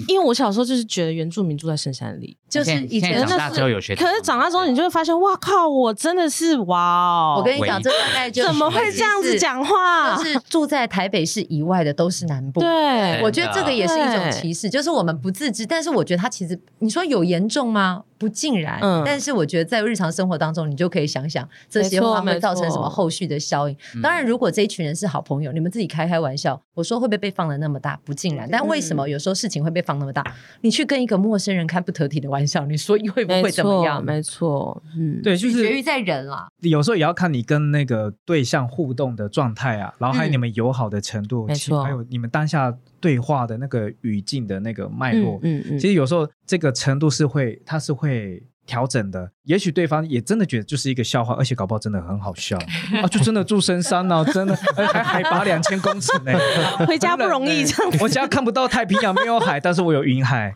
Speaker 2: 因为我小时候就是觉得原住民住在深山里，
Speaker 5: 就是以
Speaker 3: 现在
Speaker 5: 前
Speaker 3: 长大之后有学，
Speaker 2: 可是长大之后你就会发现，哇靠，我真的是哇哦！
Speaker 5: 我跟你讲，这大概就是
Speaker 2: 怎么会这样子？讲啊话？
Speaker 5: 就是住在台北市以外的都是南部。
Speaker 2: 对，
Speaker 5: 我觉得这个也是一种
Speaker 2: 对
Speaker 5: 歧视，就是我们不自知。但是我觉得它其实，你说有严重吗？不尽然。
Speaker 2: 嗯
Speaker 5: 但是我觉得在日常生活当中，你就可以想想这
Speaker 2: 没
Speaker 5: 些
Speaker 2: 错
Speaker 5: 话
Speaker 2: 没错嗯
Speaker 5: 会造成什么后续的效应。当然，如果这一群人是好朋友，你们自己开开玩笑，我说会不会被放的那么大？不尽然。
Speaker 2: 嗯
Speaker 5: 但为什么有时候事情会被放那么大？你去跟一个陌生人开不得体的玩笑，你说会不
Speaker 2: 没
Speaker 5: 会怎么
Speaker 2: 错，
Speaker 5: 样？
Speaker 2: 没错，嗯，
Speaker 1: 对，就
Speaker 5: 取决于
Speaker 1: 是
Speaker 5: 在人啦。
Speaker 1: 有时候也要看你跟那个对象互动的状态啊，然后还有你们友好的程度，
Speaker 2: 没
Speaker 1: 其实
Speaker 2: 错
Speaker 1: 还有你们当下对话的那个语境的那个脉络。
Speaker 2: 嗯嗯嗯
Speaker 1: 其实有时候这个程度是会，它是会调整的。也许对方也真的觉得就是一个笑话，而且搞不好真的很好笑啊，就真的住深山哦，真的哎还海拔两千公尺呢，
Speaker 2: [laughs] 回家不容
Speaker 1: 很冷
Speaker 2: 易
Speaker 1: 呢
Speaker 2: 这样子
Speaker 1: 我家看不到太平洋，没有海，但是我有云海。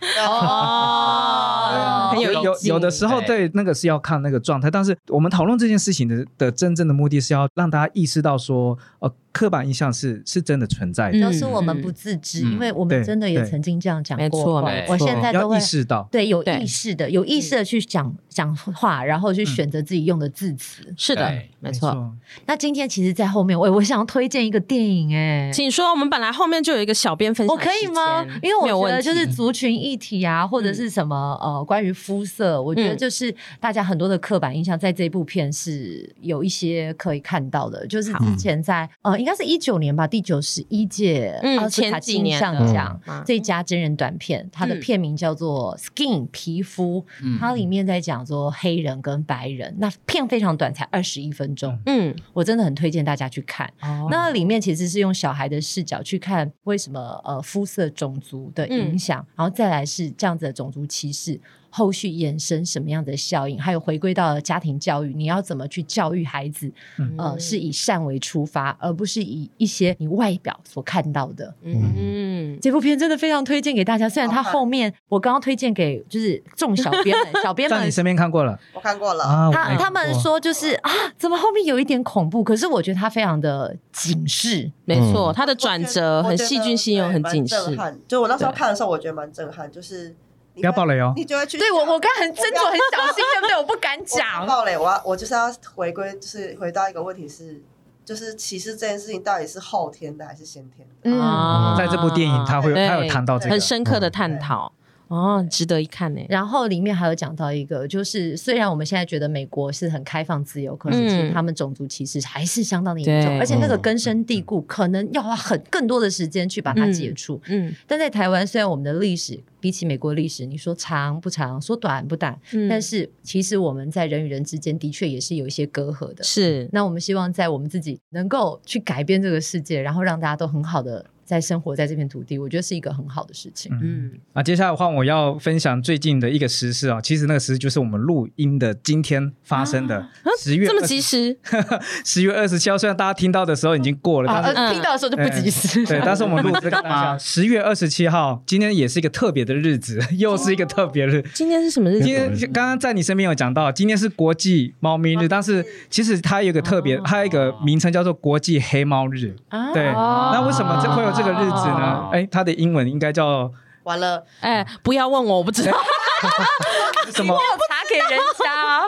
Speaker 3: 啊
Speaker 2: 哦，很
Speaker 1: 有
Speaker 2: 有
Speaker 1: 有
Speaker 2: 意境
Speaker 1: 有的时候
Speaker 3: 对
Speaker 1: 对那个是要看那个状态，但是我们讨论这件事情的的真正的目的是要让大家意识到说，呃，刻板印象是是真的存在的，
Speaker 2: 嗯
Speaker 5: 都是我们不自知，
Speaker 3: 嗯
Speaker 5: 因为我们
Speaker 1: 对
Speaker 5: 真的也
Speaker 1: 对
Speaker 5: 曾经这样讲
Speaker 2: 没
Speaker 5: 过
Speaker 2: 错
Speaker 5: 话
Speaker 3: 没。
Speaker 5: 我
Speaker 3: 错
Speaker 5: 现在都
Speaker 1: 要
Speaker 5: 会
Speaker 1: 意识到。
Speaker 5: 对有
Speaker 2: 对嗯
Speaker 5: 意识的、有意识的去讲讲话，然后去选择自己用的字词。
Speaker 2: 是的
Speaker 3: 对，
Speaker 2: 哎没错。，
Speaker 5: 那今天其实，在后面，我我想要推荐一个电影、哎，
Speaker 2: 请说，我们本来后面就有一个小编分
Speaker 5: 我
Speaker 2: 享时
Speaker 5: 可
Speaker 2: 间，
Speaker 5: 以吗？因为我
Speaker 2: 没有
Speaker 5: 觉
Speaker 2: 问
Speaker 5: 得
Speaker 2: 题
Speaker 5: 就是族群议题啊，或者是什么呃，关于肤色，我觉得
Speaker 2: 嗯
Speaker 5: 就是大家很多的刻板印象，在这部片是有一些可以看到的。就是之前在呃，应该是一九年吧，第九十一届
Speaker 2: 嗯
Speaker 5: 奥斯卡
Speaker 2: 前几
Speaker 5: 金
Speaker 2: 年
Speaker 5: 像
Speaker 2: 的
Speaker 5: 奖
Speaker 2: 嗯
Speaker 5: 最佳真人短片，它的
Speaker 2: 嗯
Speaker 5: 片名叫做《Skin》皮肤，
Speaker 3: 嗯
Speaker 5: 它里面在讲说黑人跟白人，那片非常短，才二十一分钟，
Speaker 2: 嗯，
Speaker 5: 我真的很推荐大家去看。
Speaker 2: 那
Speaker 5: 那里面其实是用小孩的视角去看为什么呃肤色、种族的影响，然后再来是这样子的种族歧视后续衍生什么样的效应，还有回归到了家庭教育，你要怎么去教育孩子？
Speaker 1: 嗯
Speaker 5: 呃，是以善为出发，而不是以一些你外表所看到的。
Speaker 2: 嗯，
Speaker 5: 这部片真的非常推荐给大家，虽然它
Speaker 4: 好吧
Speaker 5: 后面我刚刚推荐给就是众小编们，小编
Speaker 1: 在
Speaker 5: 们
Speaker 1: 你身边看过了
Speaker 4: 我看过了，
Speaker 1: 啊？
Speaker 2: 哦
Speaker 1: 我
Speaker 2: 哎
Speaker 5: 他
Speaker 1: 没
Speaker 5: 他
Speaker 1: 看
Speaker 5: 们
Speaker 1: 过
Speaker 5: 说就是啊，怎么后面有一点恐怖？可是我觉得它非常的警示，
Speaker 2: 没错，
Speaker 6: 嗯
Speaker 2: 它的转折
Speaker 4: 我觉得
Speaker 2: 很戏剧性又很警示
Speaker 4: 我觉得，对蛮震撼就我那时候看的时候，我觉得蛮震撼，就是你
Speaker 1: 不要
Speaker 4: 会
Speaker 1: 爆雷哦
Speaker 4: 你就会去
Speaker 5: 对我，我
Speaker 4: 想
Speaker 5: 刚很斟
Speaker 4: [laughs]
Speaker 5: 酌、很小心，对不对？我不敢
Speaker 4: 我不
Speaker 5: 讲。
Speaker 4: 爆雷，我要我就是要回归，就是回到一个问题是，就是歧视这件事情到底是后天的还是先天的？
Speaker 5: 嗯，
Speaker 2: 啊
Speaker 1: 在这部电影，他会有
Speaker 2: 对
Speaker 1: 他有谈到这个
Speaker 2: 很，深刻的探讨，哦，值得一看呢。
Speaker 5: 然后里面还有讲到一个，就是虽然我们现在觉得美国是很开放自由，可是其实
Speaker 2: 嗯
Speaker 5: 他们种族歧视还是相当的严重，
Speaker 2: 对
Speaker 5: 而且那个根深蒂固，可能要花很更多的时间去把它解除。
Speaker 2: 嗯
Speaker 5: 但在台湾，虽然我们的历史比起美国历史，你说长不长，说短不短，
Speaker 2: 嗯，
Speaker 5: 但是其实我们在人与人之间的确也是有一些隔阂的。
Speaker 2: 是
Speaker 5: 那我们希望在我们自己能够去改变这个世界，然后让大家都很好的在生活在这片土地，我觉得是一个很好的事情。
Speaker 2: 嗯
Speaker 1: 啊，接下来的话我要分享最近的一个时事啊，其实那个时事就是我们录音的今天发生的 [laughs] 十月
Speaker 2: 嗯这么
Speaker 1: 20
Speaker 2: 及时，
Speaker 1: 十月二十七号，虽然大家听到的时候已经过了，
Speaker 5: 啊，
Speaker 1: 但是、
Speaker 2: 嗯
Speaker 5: 呃听到的时候就不及时。
Speaker 1: 对，但是我们录这个当下，十月二十七号，今天也是一个特别的日子， [laughs] 又是一个特别
Speaker 2: [laughs]
Speaker 1: 日。
Speaker 2: 今天是什么日
Speaker 1: 今
Speaker 2: 子？
Speaker 1: 天刚刚在你身边有讲到，今天是国际猫咪日，但是其实它有一个特别，它有一个名称叫做国际黑猫日。
Speaker 5: 啊
Speaker 1: 对，
Speaker 2: 哦
Speaker 1: 那为什么这会有这个日子呢
Speaker 3: 哦？
Speaker 1: 哎，它的英文应该叫
Speaker 4: 完了，
Speaker 2: 哎，不要问我，我不知道。
Speaker 1: [laughs] 什
Speaker 2: [laughs]
Speaker 1: 么？
Speaker 5: 打给人家，啊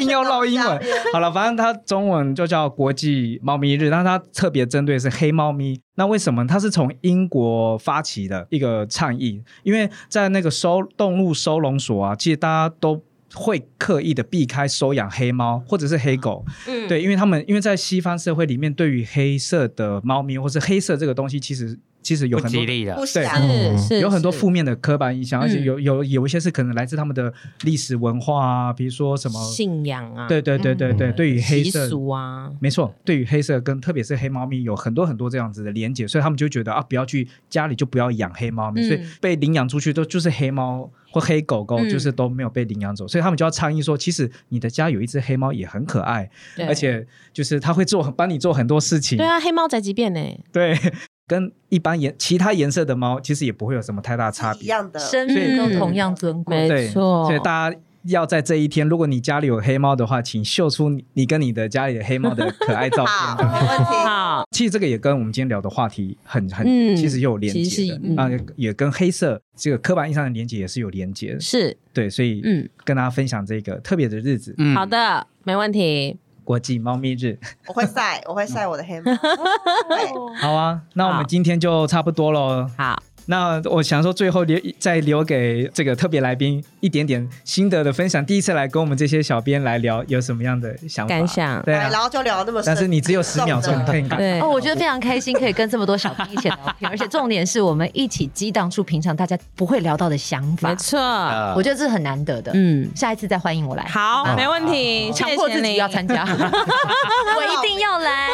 Speaker 1: 硬要唠英文。好了，反正它中文就叫国际猫咪日，但它特别针对是黑猫咪。那为什么它是从英国发起的一个倡议？因为在那个收动物收容所啊，其实大家都。会刻意的避开收养黑猫或者是黑狗，
Speaker 2: 嗯，
Speaker 1: 对，因为他们因为在西方社会里面，对于黑色的猫咪或是黑色这个东西，其实其实有
Speaker 3: 不
Speaker 1: 很多
Speaker 3: 吉利的
Speaker 4: 不，
Speaker 1: 对啊
Speaker 4: 想
Speaker 2: 是是
Speaker 1: 哦有很多
Speaker 2: 是
Speaker 1: 负面的刻板印象，而且
Speaker 2: 嗯
Speaker 1: 有有有一些是可能来自他们的历史文化啊，比如说什么
Speaker 2: 信仰啊，
Speaker 1: 对对对对对，对于黑
Speaker 2: 习
Speaker 1: 色，
Speaker 2: 俗啊，
Speaker 1: 没错，对于黑色跟特别是黑猫咪有很多很多这样子的连结，所以他们就觉得啊，不要去家里就不要养黑猫咪，
Speaker 2: 嗯
Speaker 1: 所以被领养出去都就是黑猫或黑狗狗，
Speaker 2: 嗯
Speaker 1: 就是都没有被领养走，所以他们就要倡议说，其实你的家有一只黑猫也很可爱，
Speaker 2: 对
Speaker 1: 而且就是它会做帮你做很多事情
Speaker 2: 对，啊，黑猫宅急便呢，
Speaker 1: 对， [laughs] 跟一般颜其他颜色的猫其实也不会有什么太大差
Speaker 4: 是一
Speaker 1: 别，
Speaker 4: 样的，
Speaker 5: [laughs] 生命都同样尊贵。
Speaker 1: 对，
Speaker 2: 没错
Speaker 1: 所以大家。要在这一天，如果你家里有黑猫的话，请秀出你你跟你的家里的黑猫的可爱照
Speaker 4: 好，
Speaker 1: 片。
Speaker 4: 没问题。
Speaker 2: [laughs] 好，
Speaker 1: 其实这个也跟我们今天聊的话题很很，
Speaker 2: 嗯
Speaker 1: 其实也有连接的
Speaker 2: 其实是，
Speaker 1: 那、
Speaker 2: 嗯
Speaker 1: 也跟黑色这个刻板印象的连接也是有连接的，
Speaker 2: 是，
Speaker 1: 对，所以
Speaker 2: 嗯，
Speaker 1: 跟大家分享这个特别的日子——
Speaker 3: 嗯
Speaker 2: 好，的，没问题，
Speaker 1: 国际猫咪日。
Speaker 4: 我会晒，我会晒我的黑猫。对
Speaker 1: 好啊，那我
Speaker 2: 好
Speaker 1: 们今天就差不多喽。
Speaker 2: 哦好，
Speaker 1: 那我想说，最后留再留给这个特别来宾一点点心得的分享。第一次来跟我们这些小编来聊，有什么样的想法？
Speaker 2: 感想
Speaker 1: 对啊
Speaker 4: 哎，然后就聊那么深，
Speaker 1: 但是你只有十秒 [laughs] 钟，你可以赶
Speaker 2: 对
Speaker 5: 哦，，我觉得非常开心，可以跟这么多小朋友一起聊天，而且重点是我们一起激荡出平常大家不会聊到的想
Speaker 2: 没
Speaker 5: 法，
Speaker 2: 错，
Speaker 3: 呃
Speaker 5: 我觉得这是很难得的。
Speaker 2: 嗯，
Speaker 5: 下一次再欢迎我来，
Speaker 2: 好，没问题，
Speaker 5: 强
Speaker 2: 谢
Speaker 5: 迫
Speaker 2: 谢
Speaker 5: 自己
Speaker 2: 你
Speaker 5: 要
Speaker 2: [laughs]
Speaker 5: 参加，我一定要来，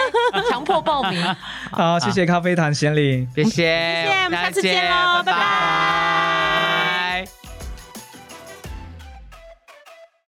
Speaker 5: 强迫报名。
Speaker 1: 好，谢谢咖啡糖贤玲。
Speaker 3: 谢谢，谢
Speaker 2: 谢谢我们下次见喽拜拜
Speaker 3: 拜